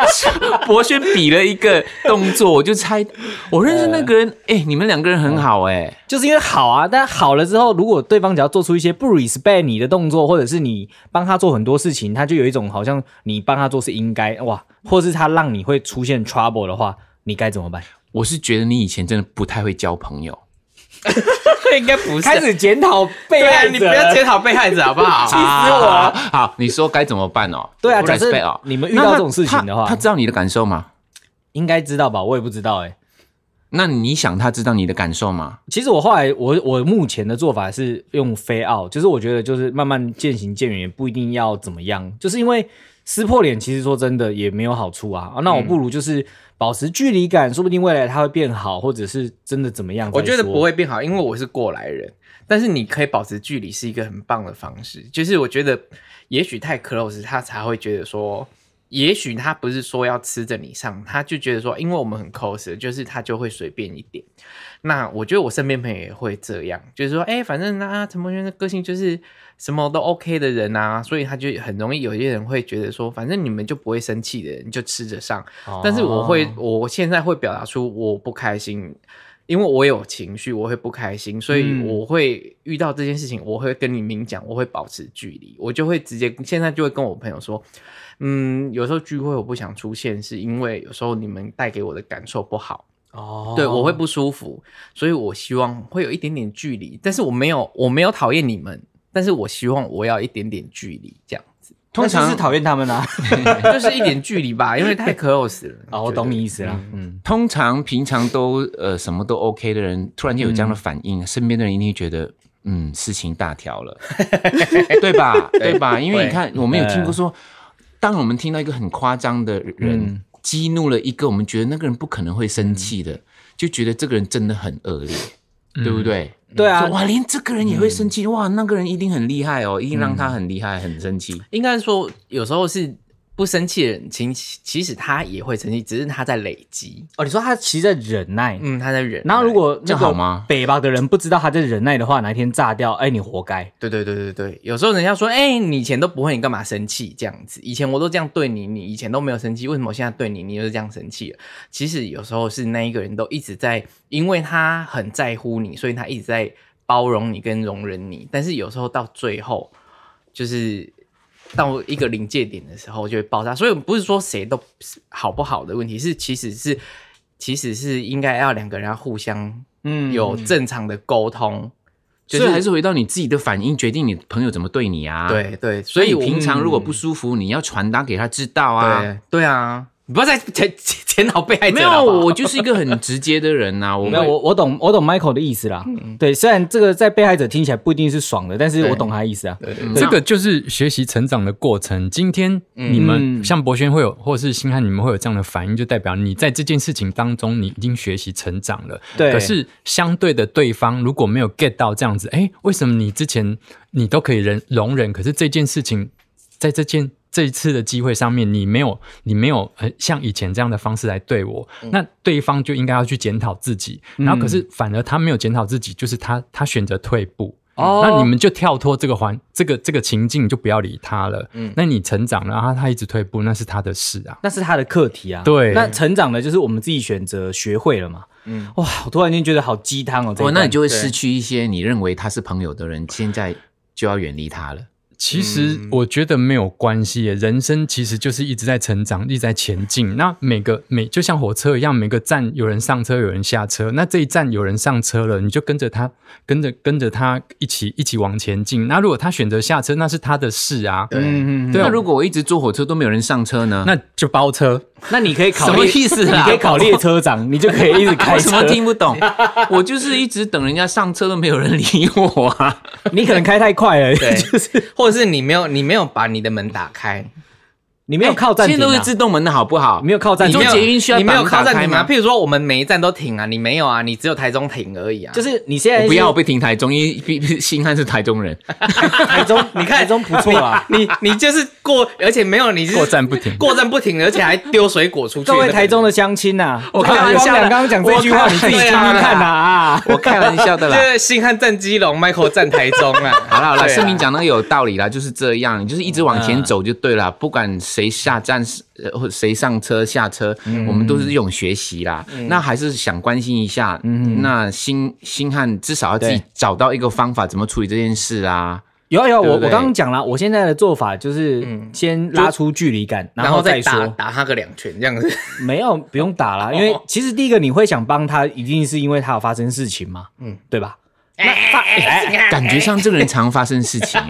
S2: 博轩比了一个动作，我就猜，我认识那个人。
S4: 嗯
S2: 哎、你们两个人很好哎、
S4: 就是因为好啊，但好了之后，如果对方只要做出一些不 respect 你的动作，或者是你帮他做很多事情，他就有一种好像你帮他做是应该哇，或是他让你会出现 trouble 的话，你该怎么办？
S2: 我是觉得你以前真的不太会交朋友。
S1: 应该不是。
S4: 开始检讨被
S1: 对啊，
S4: 害者，
S1: 你不要检讨被害者好不 好？
S4: 气死我了！
S2: 好，你说该怎么办哦？
S4: 对啊，
S2: 不
S4: 假设
S2: respect 哦
S4: 你们遇到这种事情的
S2: 那他他
S4: 话
S2: 他，知道你的感受吗？
S4: 应该知道吧？我也不知道哎、
S2: 那你想他知道你的感受吗？
S4: 其实我后来我我目前的做法是用飞奥，就是我觉得就是慢慢渐行渐远，也不一定要怎么样，就是因为撕破脸，其实说真的也没有好处啊。啊那我不如就是保持距离感，说不定未来它会变好，或者是真的怎么样。
S1: 我觉得不
S4: 会，
S1: 会变好，因为我是过来人。但是你可以保持距离是一个很棒的方式。就是我觉得，也许太 close，他才会觉得说，也许他不是说要吃着你上，他就觉得说，因为我们很 close，就是他就会随便一点。那我觉得我身边朋友也会这样，就是说，哎、反正啊，陈柏轩的个性就是什么都 OK 的人啊，所以他就很容易有些人会觉得说，反正你们就不会生气的人你就吃着上。
S4: 哦
S1: 但是我会，我现在会表达出我不开心，因为我有情绪，我会不开心，所
S4: 嗯
S1: 以我会遇到这件事情，我会跟你明讲，我会保持距离，我就会直接现在就会跟我朋友说，嗯，有时候聚会我不想出现，是因为有时候你们带给我的感受不好。
S4: 哦
S1: 对，我会不舒服，所以我希望会有一点点距离，但是我没有，我没有讨厌你们，但是我希望我要一点点距离，这样子，
S4: 通
S2: 通
S4: 常
S2: 常
S4: 是讨厌他们啊。
S1: 就是一点距离吧，因为太 close 了。
S4: 哦，我懂你意思啦。嗯，
S2: 通常平常都呃什么都 OK 的人，突然间有这样的反应，身边的人一定会觉得。嗯，事情大条了，对吧？对吧？因为你看，我们有听过说，当我们听到一个很夸张的人激怒了一个我们觉得那个人不可能会生气的，就觉得这个人真的很恶劣，对不对？
S4: 对啊
S2: 说，哇，连这个人也会生气，哇，那个人一定很厉害哦，一定让他很厉害，很生气。
S1: 应该说有时候是。不生气的人，其其实他也会生气，只是他在累积。
S4: 哦，你说他其实在忍耐，
S1: 嗯，他在忍耐。
S4: 然后如果
S2: 这
S4: 那
S2: 样好
S4: 个
S2: 吗
S4: 北吧的人不知道他在忍耐的话，哪一天炸掉，哎，你活该。
S1: 对对对对对，有时候人家说，哎、你以前都不会，你干嘛生气这样子？以前我都这样对你，你以前都没有生气，为什么我现在对你，你就是这样生气了？其实有时候是那一个人都一直在，因为他很在乎你，所以他一直在包容你跟容忍你。但是有时候到最后，就是到一个临界点的时候就会爆炸。所以不是说谁都好不好的问题，是其实是其实是应该要两个人要互相
S4: 嗯
S1: 有正常的沟通。
S2: 所以还是回到你自己的反应决定你朋友怎么对你啊。，
S1: 对对，
S2: 所
S1: 所
S2: 以
S1: 以我
S2: 平常如果不舒服，你要传达给他知道啊。
S1: 对对啊，你不要再检检讨被害者
S2: 没
S1: 了
S2: 有，
S1: 好不好
S2: 我就是一个很直接的人 呐、我
S4: 那我我懂我懂 Michael 的意思啦。对，虽然这个在被害者听起来不一定是爽的，但是我懂他的意思啊。
S2: 嗯
S3: 这个就是学习成长的过程。今天你们、
S4: 嗯
S3: 像博轩会有，或者是星汉，你们会有这样的反应，就代表你在这件事情当中，你已经学习成长了。
S4: 对
S3: 可是相对的，对方如果没有 get 到这样子，哎，为什么你之前你都可以忍容忍，可是这件事情在这件这一次的机会上面，你没有你没有呃像以前这样的方式来对我，
S4: 嗯
S3: 那对方就应该要去检讨自己。然后可是反而他没有检讨自己，就是他他选择退步。
S1: 哦
S3: 那你们就跳脱这个环，这个这个情境，就不要理他了。嗯，那你成长了，然后他一直退步，那是他的事啊。
S4: 那是他的课题啊。
S3: 对
S4: 那成长的就是我们自己选择学会了嘛。嗯，哇，我突然间觉得好鸡汤哦。这一
S2: 哦，
S4: 段
S2: 那你就会失去一些你认为他是朋友的人，现在就要远离他了。
S3: 其实我觉得没有关系耶，人生其实就是一直在成长，一直在前进。那每个每就像火车一样，每个站有人上车，有人下车。那这一站有人上车了，你就跟着他，跟着跟着他一起一起往前进。那如果他选择下车，那是他的事啊。
S4: 嗯嗯嗯，
S3: 对啊
S2: 那如果我一直坐火车都没有人上车呢？
S3: 那就包车，
S4: 那你可以考
S2: 什么
S4: 列
S2: 意思
S4: 你
S2: 啊
S4: 可以考列车长，你就可以一直开
S2: 为什么
S4: 车。
S2: 听不懂？我就是一直等人家上车都没有人理我啊！
S4: 你可能开太快了，
S1: 对
S4: 就是
S1: 或者是你没有你没有把你的门打开，
S4: 你没有靠站
S2: 哎现
S4: 停
S2: 在都是
S4: 啊，
S2: 自动门的好不好？
S4: 没有靠站
S2: 你
S4: 停
S2: 坐
S1: 没有
S2: 捷运需要
S1: 你没
S2: 把
S1: 有
S2: 门打
S1: 靠站
S2: 开
S1: 停
S2: 吗
S1: 吗？啊譬如说我们每一站都停啊，你没有啊，你只有台中停而已啊。
S4: 就是你现在
S2: 我
S4: 是
S2: 不要，我被停台中，因为毕毕新汉是台中 人。
S4: 台中，你看台中不错啊啦。
S1: 你你就是过，而且没有你、就是、
S3: 过站不停
S1: 过站不停，而且还丢水果出去。
S4: 各位台中
S1: 的
S4: 的乡亲啊呐，
S2: 我开玩
S4: 光
S2: 笑的
S4: 良刚刚讲这句话，
S2: 我
S4: 你自己听听
S1: 开玩笑的
S4: 看呐啊。
S2: 我开玩笑的
S1: 那
S2: 啦
S1: 个，。就是星汉站基隆，Michael 站台中啊。
S2: 好啦好啦，
S1: 对啊
S2: 盛明讲那个有道理啦，就是这样，你就是一直往前走就对了，不管谁下站呃或谁上车下车，我们都是这种学习啦。那还是想关心一下，那星星汉至少要自己
S4: 对
S2: 找到一个方法，怎么处理这件事啊？
S4: 有啊有啊，我
S2: 对
S4: 我
S2: 不对
S4: 刚刚讲了，我现在的做法就是先拉出距离感，
S1: 然
S4: 后
S1: 后再打
S4: 说。
S1: 打他个两拳这样 子，
S4: 没有，不用打啦，因为其实第一个你会想帮他，一定是因为他有发生事情嘛，嗯，对吧？那发、哎
S2: 感觉上这个人常发生事 情，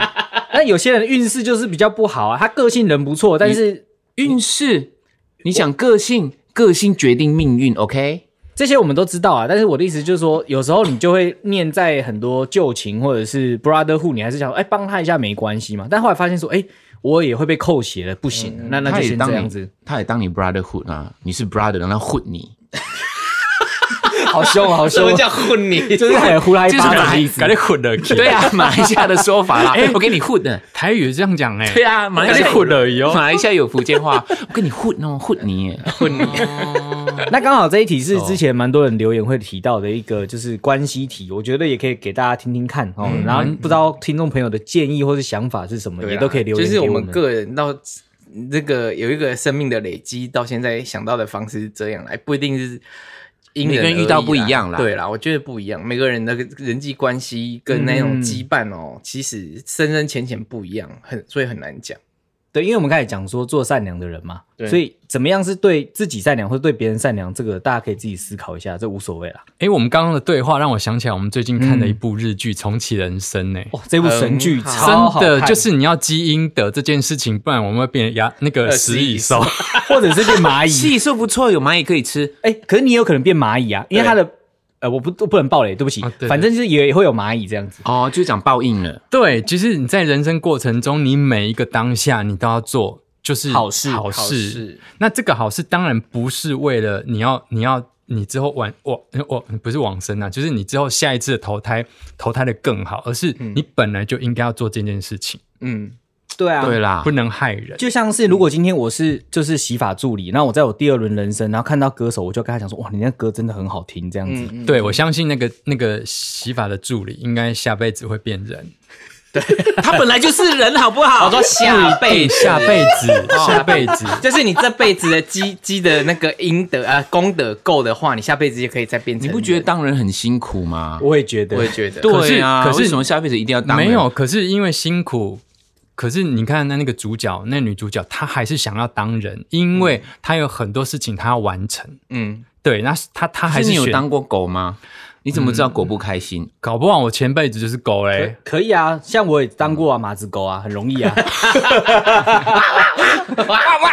S4: 那有些人运势就是比较不好啊，他个性人不错，但是
S2: 运势，你想个性，个性决定命运，OK？
S4: 这些我们都知道啊。但是我的意思就是说，有时候你就会念在很多旧情或者是 brotherhood，你还是想说哎帮他一下没关系嘛。但后来发现说，哎，我也会被扣血了，不行，那那
S2: 他
S4: 就
S2: 也
S4: 先这
S2: 当
S4: 样
S2: 你
S4: 子，，
S2: 他也当你 brotherhood 啊，你是 brother，然后 hood 你，
S4: 好凶哦，好
S1: 什
S4: 凶
S1: 么
S4: 哦，
S1: 叫混你？
S4: 就是很呼啦一巴
S2: 就是
S4: 掌
S2: 把
S4: 的意思
S3: 感。觉哎混了。
S2: 对啊， 马来西亚的说法 啦，我给你 hood 呢。
S3: 台语这样讲哎、
S2: 对啊，马来西亚
S3: 跟你混而已哦
S2: 马来西亚有福建 话，我跟你混哦，混你耶，混你。
S4: 那刚好这一题是之前蛮多人留言会提到的一个就是关系题，我觉得也可以给大家听听看哦。然后不知道听众朋友的建议或是想法是什么，
S1: 对
S4: 也
S1: 啦
S4: 都可以留言
S1: 就是
S4: 给
S1: 我
S4: 我
S1: 们个人到这个有一个生命的累积，到现在想到的方式是这样来，不一定是因人
S2: 每个人
S1: 而异
S2: 遇到不一样啦
S1: 对啦，我觉得不一样，每个人的人际关系跟那种
S4: 嗯
S1: 羁绊哦，其实深深浅浅不一样，很所以很难讲。
S4: 对，因为我们开始讲说做善良的人嘛，
S1: 对
S4: 所以怎么样是对自己善良或者对别人善良，这个大家可以自己思考一下，这无所谓啦。
S3: 哎、我们刚刚的对话让我想起来，我们最近看的一部日剧《重启人生、欸》
S4: 哇，这部神剧
S1: 很好
S4: 超哦好
S3: 真的
S4: 看
S3: 就是你要积阴德这件事情，不然我们会变牙那个食蚁兽。
S4: 或 者是变蚂蚁，
S2: 细说不错，有蚂蚁可以吃。
S4: 哎，可是你也有可能变蚂蚁啊，因为它的呃，我不我不能爆雷，对不起，
S3: 啊对对
S4: 反正就是也也会有蚂蚁这样子。
S2: 哦，就讲报应了。
S3: 对，其实你在人生过程中，你每一个当下，你都要做就是
S4: 好事
S3: 好
S1: 好
S3: 事。
S1: 事
S3: 那这个好事当然不是为了你要你要你之后往往我不是往生啊，就是你之后下一
S4: 嗯
S3: 次的投胎投胎的更好，而是你本来就应该要做这件事情。
S1: 嗯，
S4: 对啊，
S2: 对啦
S3: 不，能害人。
S4: 就像是如果今天我是就是洗发助理，那我在我第二轮人生，然后看到歌手，我就跟他讲说，哇，你那歌真的很好听，这样子。
S1: 嗯，
S3: 对，我相信那个那个洗发的助理，应该下辈子会变人，
S2: 他本来就是人，好不好？
S1: 我说下辈子，
S3: 下辈 子，
S2: 哦
S3: 下辈子，
S1: 就是你这辈子的积积的那个阴德啊功德够的话，你下辈子就可以再变成
S2: 你
S1: 人。
S2: 不觉得当人很辛苦吗？
S4: 我也觉得
S5: 我，也觉得，
S3: 可是
S2: 对啊，
S3: 可是
S2: 为什么下辈子一定要当人？
S3: 没有，可是因为辛苦，可是你看那那个主角，那女主角，她还是想要当人，因
S2: 嗯
S3: 为她有很多事情她要完成。
S1: 嗯，
S3: 对，那是她她还
S2: 可是
S3: 是
S2: 你有嗯
S3: 选，
S2: 当过狗吗？你怎么知道狗不开心？
S3: 搞不好我前辈子就是狗嘞、
S4: 可以啊，像我也当过啊，马子狗啊，很容易啊。
S1: 嗯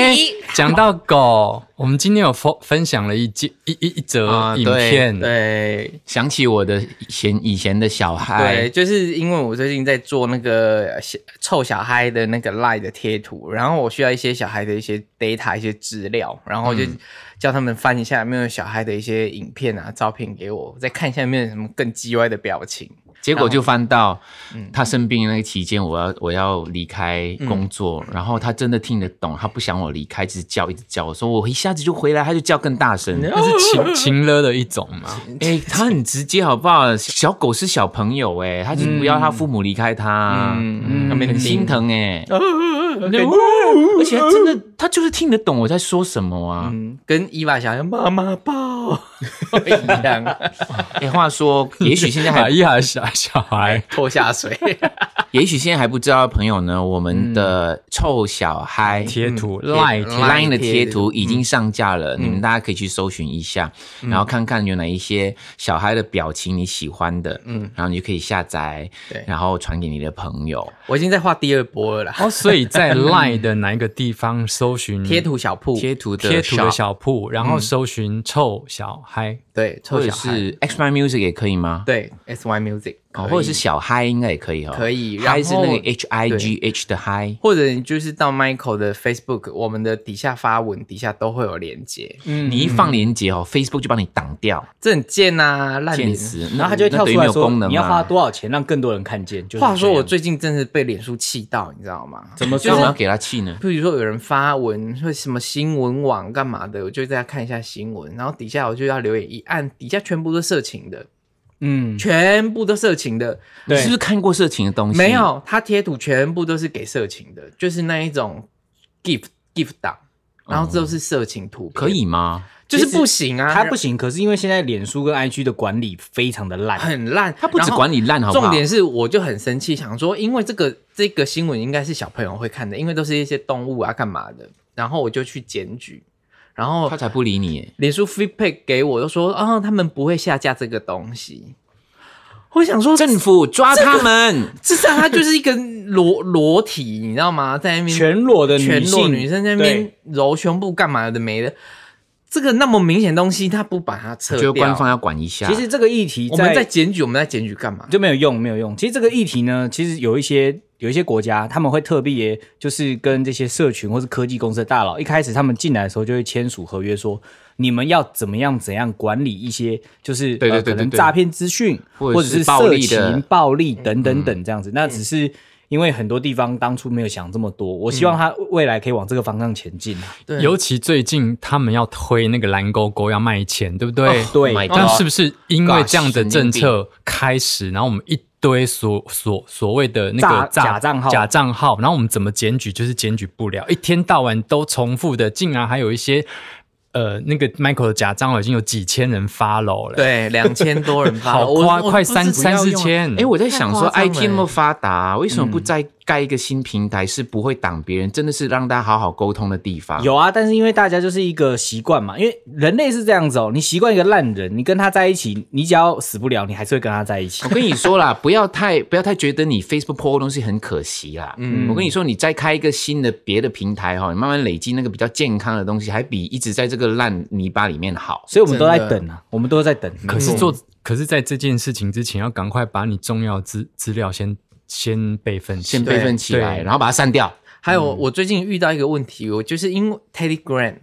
S3: 哎，讲到狗，我们今天有分分享了一集一一一则
S2: 啊
S3: 影片，
S1: 对，
S2: 想起我的以前以前的小
S1: 对，
S2: 孩，
S1: 就是因为我最近在做那个呃小臭小嗨的那个 line 的贴图，然后我需要一些小孩的一些 data、一些资料，然后就
S2: 嗯
S1: 叫他们翻一下有没有小孩的一些影片啊、照片给我，再看一下有没有什么更叽歪的 表情。
S2: 结果就翻到
S1: 嗯
S2: 他生病那个期间，我要我要离开工作，
S1: 嗯
S2: 然后他真的听得懂，他不想我离开，只是叫一直叫，我说我一下子就回来，他就叫更大声。
S1: 嗯
S3: 那是情情勒的一种 嘛。
S2: 哎、他很直接好不好？小狗是小朋友哎、他就是不要他父母离开他，
S1: 嗯，嗯
S2: 很心疼哎、而且他真的他就是听得懂我在说什么啊。
S1: 嗯，跟伊娃小孩妈妈抱一 样，
S2: 哎、话 说，也许现在还
S3: 还一下小小孩，
S1: 拖下水。
S2: 也许现在还不知道的朋友呢，我们
S1: 嗯
S2: 的臭小嗨
S3: 贴图
S2: 嗯
S3: 赖贴
S2: Line 的
S1: 贴
S2: 贴
S1: 图
S2: 图已经上架了，你们大家可以去搜寻一下，然后看看有哪一些小嗨的表情你喜欢的，嗯，然后你就可以下载
S1: 对，
S2: 然后传给你的朋友。
S1: 我已经在画第二波了啦，
S3: 哦，所以在赖的哪一个地方搜寻
S1: 贴图小铺，
S2: 嗯贴图的
S3: 贴图的
S2: shop，
S3: 小铺，然后搜寻臭小孩，
S1: 对，
S2: 或
S1: 臭
S2: 者
S1: 小孩，
S2: 是 X My Music 也可以吗？
S1: 对，S Y Music，
S2: 哦，
S1: 可
S2: 或者是
S1: 以
S2: 小嗨应该也可以哦，
S1: 可以然后
S2: 嗨是那个 H I G H 的嗨。
S1: 或者你就是到 Michael 的 Facebook，我们的底下发文底下都会有连接，
S2: 你一放链接哦，Facebook 就帮你挡掉，
S1: 这很贱啊，烂
S2: 贱
S1: 脸。
S2: 死！
S4: 然后他就会
S2: 那
S4: 跳
S2: 等于
S4: 出来
S2: 没有
S4: 说
S2: 功能，啊
S4: 你要
S2: 嘛
S4: 花多少钱让更多人看见？就是这样
S1: 啊话说我最近真是被脸书气到，你知道吗？
S4: 怎么
S2: 干嘛要
S4: 说？
S2: 给他气呢？
S1: 比如说有人发文说什么新闻网干嘛的，我就在家看一下新闻，然后底下我就要留言，一按底下全部都色情的，
S4: 嗯，
S1: 全部都色情的，
S2: 你
S4: 对
S2: 是不是看过色情的东西？
S1: 没，有他贴图全部都是给色情的，就是那一种 GIF GIF 档，然后都是色情图片，
S2: 哦可以吗？
S1: 就是不行啊，
S4: 他不行，可是因为现在脸书跟 IG 的管理非常的烂，
S1: 很烂，
S2: 他不止
S1: 然后
S2: 管你烂，好不好？
S1: 重点是，我就很生气，想说，因为这个这个新闻应该是小朋友会看的，因为都是一些动物啊干嘛的，然后我就去检举，然后
S2: 他才不理你耶。
S1: 脸书 feedback 给我，就说啊、他们不会下架这个东西。我想 说，
S2: 政府抓他们，
S1: 至少它就是一个裸裸体，你知道吗？在那边
S4: 全裸的
S1: 全
S4: 女
S1: 裸
S4: 性
S1: 女生在那边揉胸部干嘛有的没的，这个那么明显的东西，他不把它撤
S2: 我觉得
S1: 掉，
S2: 官方要管一下。
S4: 其实这个议题
S1: 我们在检举，我们在检举干嘛？
S4: 就没有用，没有用。其实这个议题呢，其实有一些有一些国家，他们会特别就是跟这些社群或是科技公司的大佬，一开始他们进来的时候就会签署合约说，你们要怎么样怎样管理一些就是
S2: 对对
S4: 呃
S2: 对
S4: 可能
S2: 对对
S4: 诈骗资讯
S2: 或者
S4: 或者
S2: 是
S4: 是
S2: 暴
S4: 色
S2: 力的嗯
S4: 情、暴力等等等这样子。那只是因为很多地方当初没有想这么多，我希
S2: 嗯
S4: 望他未来可以往这个方向前进啊。
S1: 对
S3: 尤其最近他们要推那个蓝勾勾要卖钱，对不
S1: 哦
S3: 哦对？
S4: 对
S2: My
S3: 但
S1: 啊
S2: God
S3: 是不是因为这样的政策开始，然后我们一堆所所所谓的那
S4: 诈
S3: 个诈
S4: 假账号
S3: 假账号，然后我们怎么检举就是检举不了，一天到晚都重复的，竟然还有一些呃那个 Michael 的假账号已经有几千人 follow 了，，
S1: 对，两千多人发，
S3: 好
S1: 我
S3: 夸，
S1: 我
S3: 快
S1: 不知
S3: 三
S1: 道
S3: 三四千，
S2: 哎，我在想说
S1: 太夸张了
S2: ，IT 那么发达，为什么不再盖一个新平台，是不会挡别人，真的是让大家好好沟通的地方？
S4: 有啊，但是因为大家就是一个习惯嘛，因为人类是这样子哦，你习惯一个烂人，你跟他在一起，你只要死不了，你还是会跟他在一起
S2: 我。跟你说啦， 不要太不要太觉得你 Facebook 破的东西很可惜啦。嗯，我跟你说，你再开一个新的别的平台哈、你慢慢累积那个比较健康的东西，还比一直在这个烂泥巴里面好。
S4: 所以我们都在
S1: 真的
S4: 等啊，我们都在等。
S3: 可是
S2: 嗯
S3: 做，可是在这件事情之前，要赶快把你重要资资料先先备份起
S2: 先
S3: 来，
S2: 备份起来，
S3: 对
S2: 然后把它删掉。
S1: 还有，
S3: 嗯
S1: 我最近遇到一个问题，我就是因为 Telegram。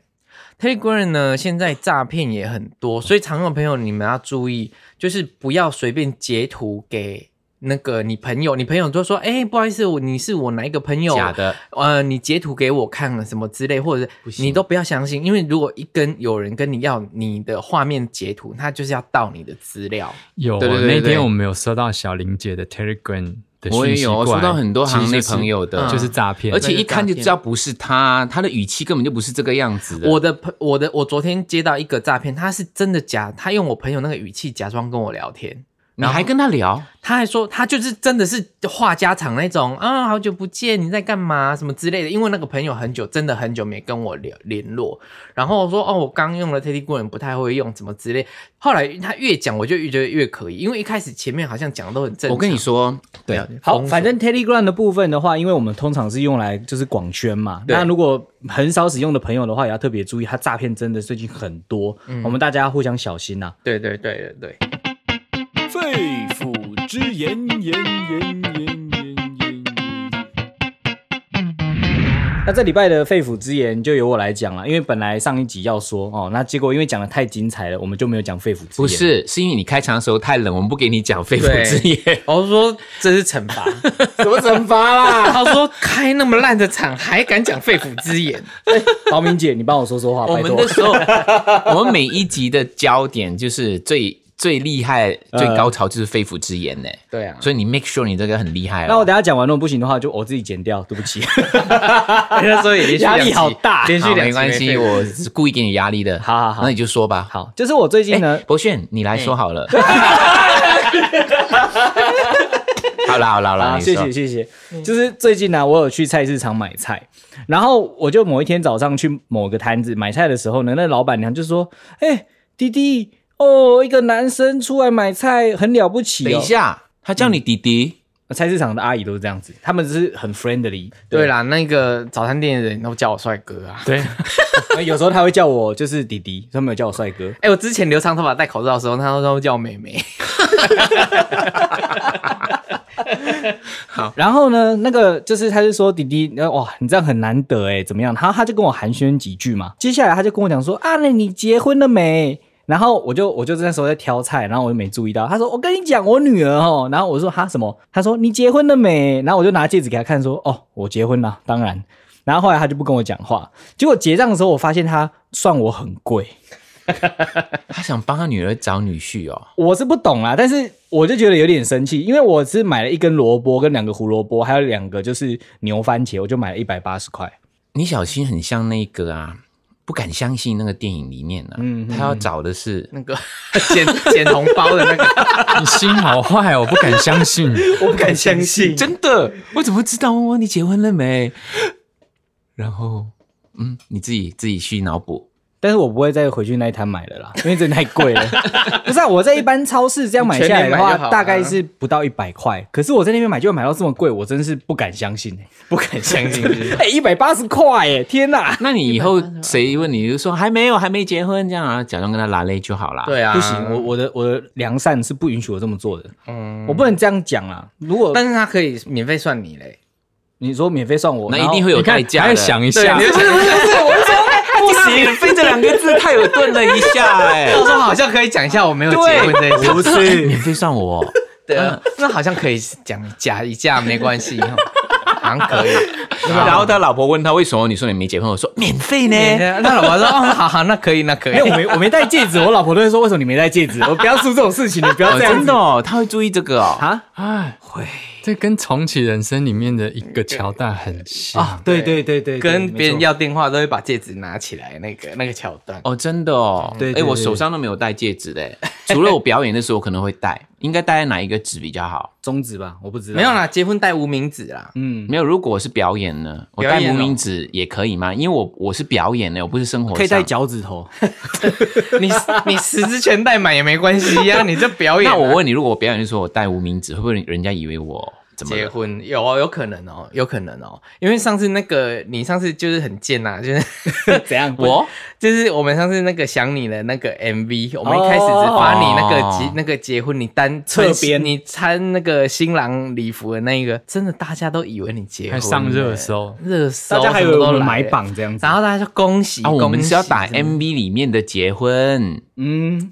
S1: Telegram 呢，现在诈骗也很多，所以常用的朋友你们要注意，就是不要随便截图给那个你朋友，你朋友就说，哎、不好意思，我你是我哪一个朋友？
S2: 假的，
S1: 呃，你截图给我看了什么之类，或者
S2: 不
S1: 是
S2: 行
S1: 你都不要相信，因为如果一跟有人跟你要你的画面截图，他就是要盗你的资料。
S3: 有
S2: 对对对对
S3: 那天我们有收到小玲姐的 Telegram 的讯息过来，
S2: 我也有收到很多行内朋友的
S3: 其实就是就是诈骗，
S2: 而且一看就知道不是他，他的语气根本就不是这个样子的。
S1: 我的朋，我的，我昨天接到一个诈骗，他是真的假，他用我朋友那个语气假装跟我聊天，
S2: 你还跟他聊，
S1: 他还说他就是真的是话家常那种啊，好久不见，你在干嘛什么之类的。因为那个朋友很久，真的很久没跟我联联络，然后我说哦，我刚用了 Telegram 不太会用，怎么之类。后来他越讲，我就越觉得越可疑，因为一开始前面好像讲的都很正常。
S2: 我跟你，说，对，
S4: 好，
S1: 封锁
S4: 反正 Telegram 的部分的话，因为我们通常是用来就是广宣嘛。
S1: 对
S4: 那如果很少使用的朋友的话，也要特别注意，它诈骗真的最近很多，
S1: 嗯
S4: 我们大家互相小心呐、啊
S1: 对对对对对，
S6: 肺腑之言，言言言言言言。
S4: 那这礼拜的肺腑之言就由我来讲啊了，因为本来上一集要说哦，那结果因为讲的太精彩了，我们就没有讲肺腑之言。
S2: 不是，是因为你开场的时候太冷，我们不给你讲肺腑之 言。
S1: 我是说这是惩 罚。
S4: 什么惩罚啦？
S1: 他说开那么烂的场还敢讲肺腑之言，
S4: 宝明姐，你帮我说说 话，
S2: 我
S4: 拜
S2: 们
S4: 托
S2: 那。时候，我们每一集的焦点就是最最厉害、
S4: 嗯
S2: 最高潮就是肺腑之言呢。
S1: 对啊
S2: 所以你 make sure 你这个很厉害哦。
S4: 那我等一下讲完，如果不行的话，就我自己剪掉，对不起。
S1: 那时候也连 续
S4: 压
S1: 两
S4: 力
S1: 集
S4: 好大
S1: 连续
S2: 好
S1: 两集
S2: 没关系，
S1: 肺
S2: 我是故意给你压力 的。
S4: 好好好
S2: 那你就说吧。哎
S4: 好，就是我最近
S1: 哎
S4: 呢，
S2: 博炫，你来说好了。
S4: 哎
S2: 好啦好啦好啦，
S4: 啊，
S2: 你
S4: 谢
S2: 说
S4: 谢谢谢。就是最近呢、我有去菜市场买菜，然后我就某一天早上去某个摊子买菜的时候呢，那老板娘就说：“哎、弟弟，哦，一个男生出来买菜很了不起、哦。”
S2: 等一，下，他叫
S4: 嗯
S2: 你弟弟，
S4: 菜市场的阿姨都是这样子，他们只是很 friendly。
S1: 对啦，那个早餐店的人都叫我帅哥啊。
S3: 对，
S4: 呃 有时候他会叫我就是弟弟，他没有叫我帅哥。
S1: 哎、我之前留长头发戴口罩的时候，他都都叫我妹 妹。
S4: 然后呢，那个就是他就说弟弟，呃哇，你这样很难得哎，怎么样？他他就跟我寒暄几句嘛。接下来他就跟我讲说啊，那你结婚了没？然后我就我就那时候在挑菜，然后我就没注意到。他说我跟你讲，我女儿哦。然后我说哈什么？他说你结婚了没？然后我就拿戒指给他看说哦，我结婚了，当然。然后后来他就不跟我讲话。结果结账的时候，我发现他算我很贵。
S2: 他想帮他女儿找女婿哦。
S4: 我是不懂啦，但是我就觉得有点生气，因为我是买了一根萝卜跟两个胡萝卜，还有两个就是牛番茄，我就买了一百八十块。
S2: 你小心很像那个啊，不敢相信那个电影里面啊，他要找的是
S1: 那个捡捡红包的那个，
S3: 你心好坏，我不敢 相信。
S1: 我不敢相信
S2: 真的，我怎么知道？问问你结婚了没？然后，嗯，你自己自己去脑补。
S4: 但是我不会再回去那一摊买了啦，因为真的太贵 了。不是、啊，我在一般超市这样买下来的
S1: 你全年买
S4: 话，
S1: 就好啊
S4: 大概是不到一百块。可是我在那边买就买到这么贵，我真是不敢相信、欸、不敢相 信。哎、一百八十块哎，天哪、
S2: 那你以后谁问你就说还没有，还没结婚，这样啊，假装跟他拉累就好啦。，
S1: 对啊，
S4: 不行，我我的我的良善是不允许我这么做的，
S1: 嗯，
S4: 我不能这样讲啊。如果
S1: 但是他可以免费算你嘞。
S4: 你说免费算我，
S2: 那
S4: 然
S2: 一
S4: 后
S2: 定会有代价
S3: 还
S2: 的。
S3: 要想一
S1: 啊
S3: 下，
S2: 不行，免费这两个字太有顿了一下哎、
S1: 我说好像可以讲一下我没有结婚这一
S2: 不
S1: 件事，
S2: 是免费算我哦，
S1: 对啊，那好像可以讲假一架没关系，哦好像 可以。
S2: 然后他老婆问他为什么你说你没结婚，我说免费呢。
S1: 那老婆说哦，好好，那可以，那可以
S4: 没有，。我没我没戴戒指，我老婆都会说为什么你没戴戒指？我不要出这种事情，你不要
S2: 哦，
S4: 这样
S2: 真
S4: 子
S2: 的哦，他会注意这个哦。
S4: 啊！
S3: 哎，这跟重启人生里面的一个桥段很
S2: 啊
S3: 像。
S4: 啊对对对对，对
S1: 跟别人
S4: 没错
S1: 要电话都会把戒指拿起来，那个那个桥段。
S2: 哦，真的哦，
S4: 对对
S2: 哎，我
S4: 对
S2: 手上都没有戴戒指嘞， 除了我表演的时候我可能会戴，应该戴在哪一个指比较好？
S4: 中指吧，我不知道，
S1: 没有，啦，结婚戴无名指啦。
S4: 嗯，
S2: 没有，如果我是表演呢，我戴
S1: 表演
S2: 无
S1: 哦
S2: 名指也可以吗？因为我我是表演呢，我不是生活上
S4: 可以戴。脚趾 头，
S1: 你 你十只全戴满也没关系呀，你这表演啊。
S2: 那我问你，如果我表演的时候我戴无名指，会不会人家以为我怎么
S1: 结
S2: 了？
S1: 婚有哦，有可能哦，有可能哦，因为上次那个你上次就是很贱呐、就是
S4: 怎样？
S2: 我
S1: 就是我们上次那个想你的那个 MV，我们一开始只发你那个结、那个结婚，你单穿
S4: 侧边
S1: 你穿那个新郎礼服的那一个，真的大家都以为你结婚
S3: 还
S1: 了，
S3: 上热搜，
S1: 热搜，
S4: 大家还以
S1: 什
S4: 为
S1: 么
S4: 我
S1: 都
S4: 们
S1: 来啊
S4: 买
S1: 了，
S4: 榜这样子
S1: 然，后大家就恭喜，
S2: 啊，我
S1: 恭
S2: 们
S1: 喜
S2: 是要打
S1: 真的
S2: MV 里面的结婚，
S4: 嗯，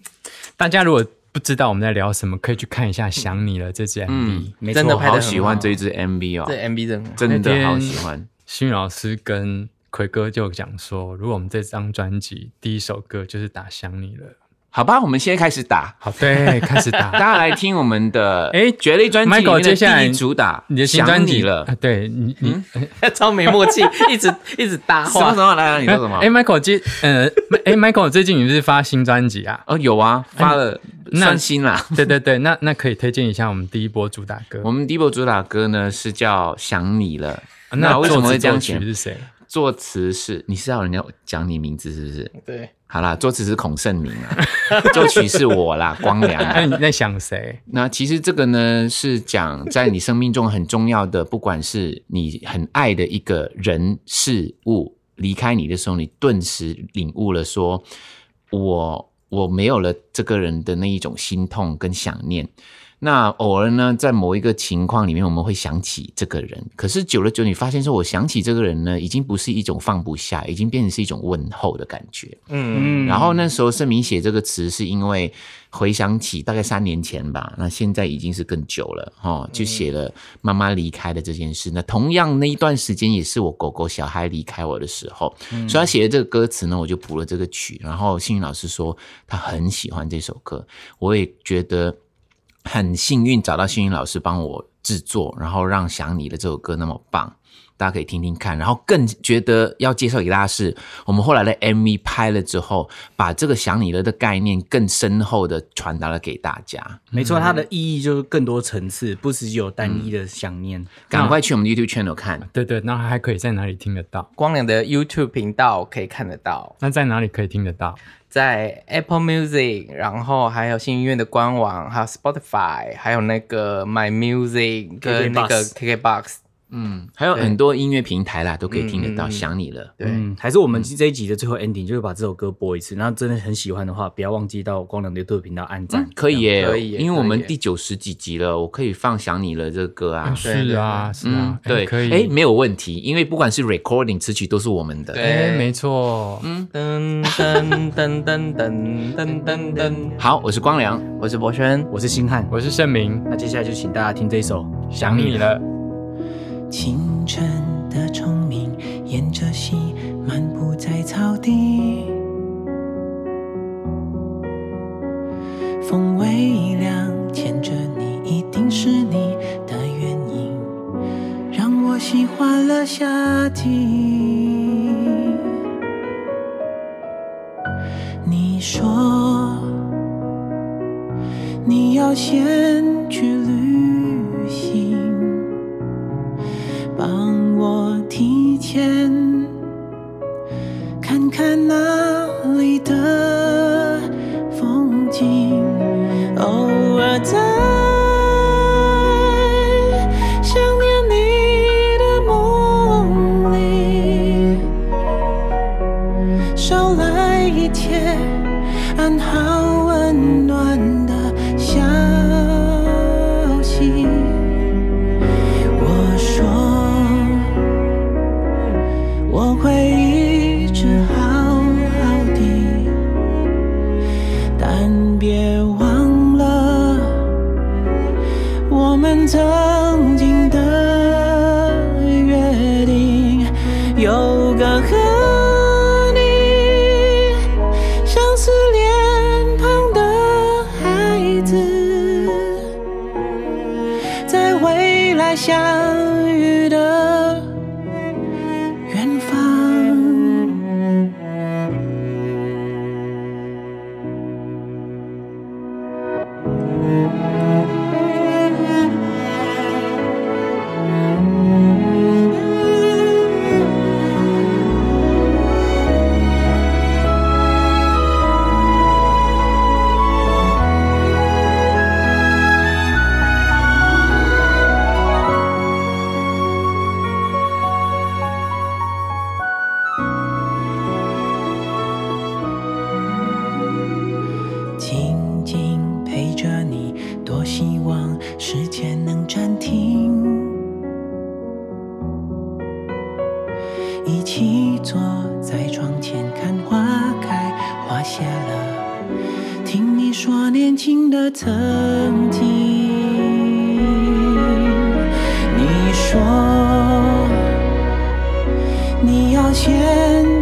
S3: 大家如果不知道我们在聊什么，可以去看一下《想你了》这支 MV。
S2: 嗯，
S4: 没
S1: 真的
S4: 错，
S2: 我
S1: 拍得
S2: 好
S1: 很
S2: 喜
S1: 好
S2: 欢这一支 MV
S1: 这
S2: 哦，
S1: MV 真的很好
S2: 真的好
S3: 那天
S2: 喜欢。
S3: 新宇老师跟奎哥就讲说，如果我们这张专辑第一首歌就是打《想你了》，
S2: 好吧，我们现在开始打，
S3: 好，对，开 始
S2: 大
S3: 打。
S2: 家来听我们的
S3: 哎
S2: 绝类专辑里
S3: Michael，
S2: 面的
S3: 接下来
S2: 第一主打，
S3: 你的新
S2: 想
S3: 专
S2: 你
S3: 辑
S2: 了，嗯
S3: 啊对你你
S1: 超没默契，一直一直 搭
S2: 什么什
S1: 话。
S2: 么来啊来，你说什么
S3: 哎、？m i c h a e l 接呃，哎、m i c h a e l 最近你不是发新专辑 啊？
S2: 哦，有啊，发了
S3: 哎那
S2: 算新啦。
S3: 对对对，那那可以推荐一下我们第一波主打歌。
S2: 我们第一波主打歌呢是叫《想你了》，
S3: 啊那
S2: 为什
S3: 作
S2: 么
S3: 词
S2: 会这
S3: 作
S2: 样
S3: 曲
S2: 选？
S3: 是谁？
S2: 作词是你是要人家讲你名字是不是？
S1: 对，
S2: 好啦，作词是孔圣明啊， 作曲是我啦，光良啊。
S3: 哎那你在想谁？
S2: 那其实这个呢，是讲在你生命中很重要的，不管是你很爱的一个人事物离开你的时候，你顿时领悟了说，我我没有了这个人的那一种心痛跟想念。那偶尔呢，在某一个情况里面，我们会想起这个人。可是久了久，你发现说，我想起这个人呢，已经不是一种放不下，已经变成是一种问候的感觉。
S1: 嗯，
S2: 然后那时候盛明写这个词，是因为回想起大概三年前吧，那现在已经是更久了哦，就写了妈妈离开的这件事。那同样那一段时间也是我狗狗小孩离开我的时候，所以他写的这个歌词呢，我就谱了这个曲。然后幸运老师说他很喜欢这首歌，我也觉得很幸运找到幸运老师帮我制作，然后让想你的这首歌那么棒。大家可以听听看，然后更觉得要介绍给大家是，我们后来的 MV 拍了之后，把这个想你了的概念更深厚的传达了给大家。
S4: 没
S1: 嗯
S4: 错，它的意义就是更多层次，不是只有单一的想
S1: 嗯
S4: 念。
S2: 赶快去我们 YouTube channel 看，
S3: 对对，那还可以在哪里听得到？
S1: 光良的 YouTube 频道可以看得到，
S3: 那在哪里可以听得到？
S1: 在 Apple Music，然后还有信音乐的官网，还有 Spotify，还有那个 My Music 跟那个 KKBox。
S2: 嗯，还有很多音乐平台啦，都可以听得到。想你了，
S1: 对，
S4: 嗯，还是我们这一集的最后 ending 就是把这首歌播一次。那真的很喜欢的话，不要忘记到光良的 YouTube 频道按赞。
S2: 嗯可以耶，
S1: 嗯可以耶
S2: 因为我
S1: 可以
S2: 们
S1: 耶
S2: 第九十几集了，我可以放想你了这个歌啊。
S1: 对
S3: 是啊，是
S2: 嗯
S3: 啊，，哎
S2: 对，
S3: 可以。
S2: 哎，没有问题，因为不管是 recording 词曲都是我们的。
S1: 对
S3: 哎，没错，
S1: 嗯噔噔噔噔噔噔噔噔，
S2: 好，我是光良，
S1: 我是博轩。
S4: 我是星汉，
S3: 我是盛明，
S4: 那接下来就请大家听这一首《
S3: 想你了。
S7: 清晨的虫鸣，沿着溪漫步在草地，风微凉，牵着你，一定是你的原因，让我喜欢了夏季。你说你要先去旅行。帮我提前看看那里的风景，偶尔在想念你的梦里，捎来一切安好温暖的消息。我说，我会一直好好的，但别忘了我们曾经的约定，有个和你相似脸庞的孩子。在未来相遇的远方。静静陪着你，多希望时间能暂停，一起坐在窗前看花开花谢了，听你说年轻情的曾经。你说你要先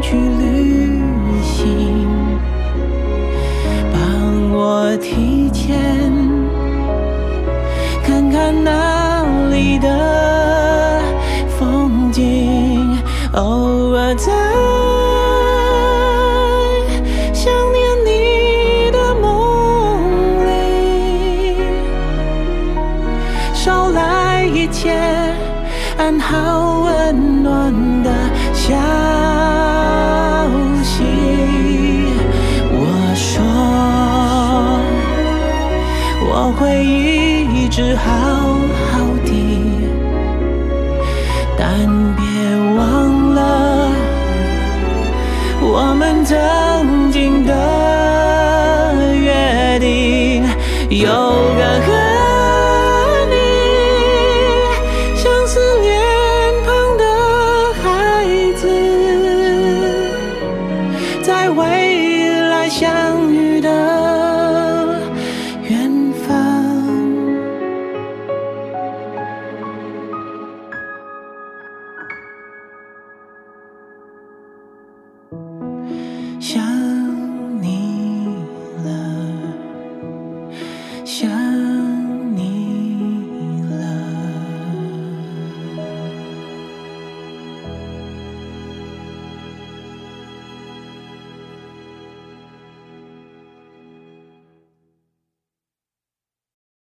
S7: 去旅行，帮我提前看看那里的风景，偶尔在。想念你的梦里，捎来一切安好温暖的消息。我说，我会一直好好的，但别忘了我们曾经的约定，有个和你相似脸庞的孩子，在未来相遇的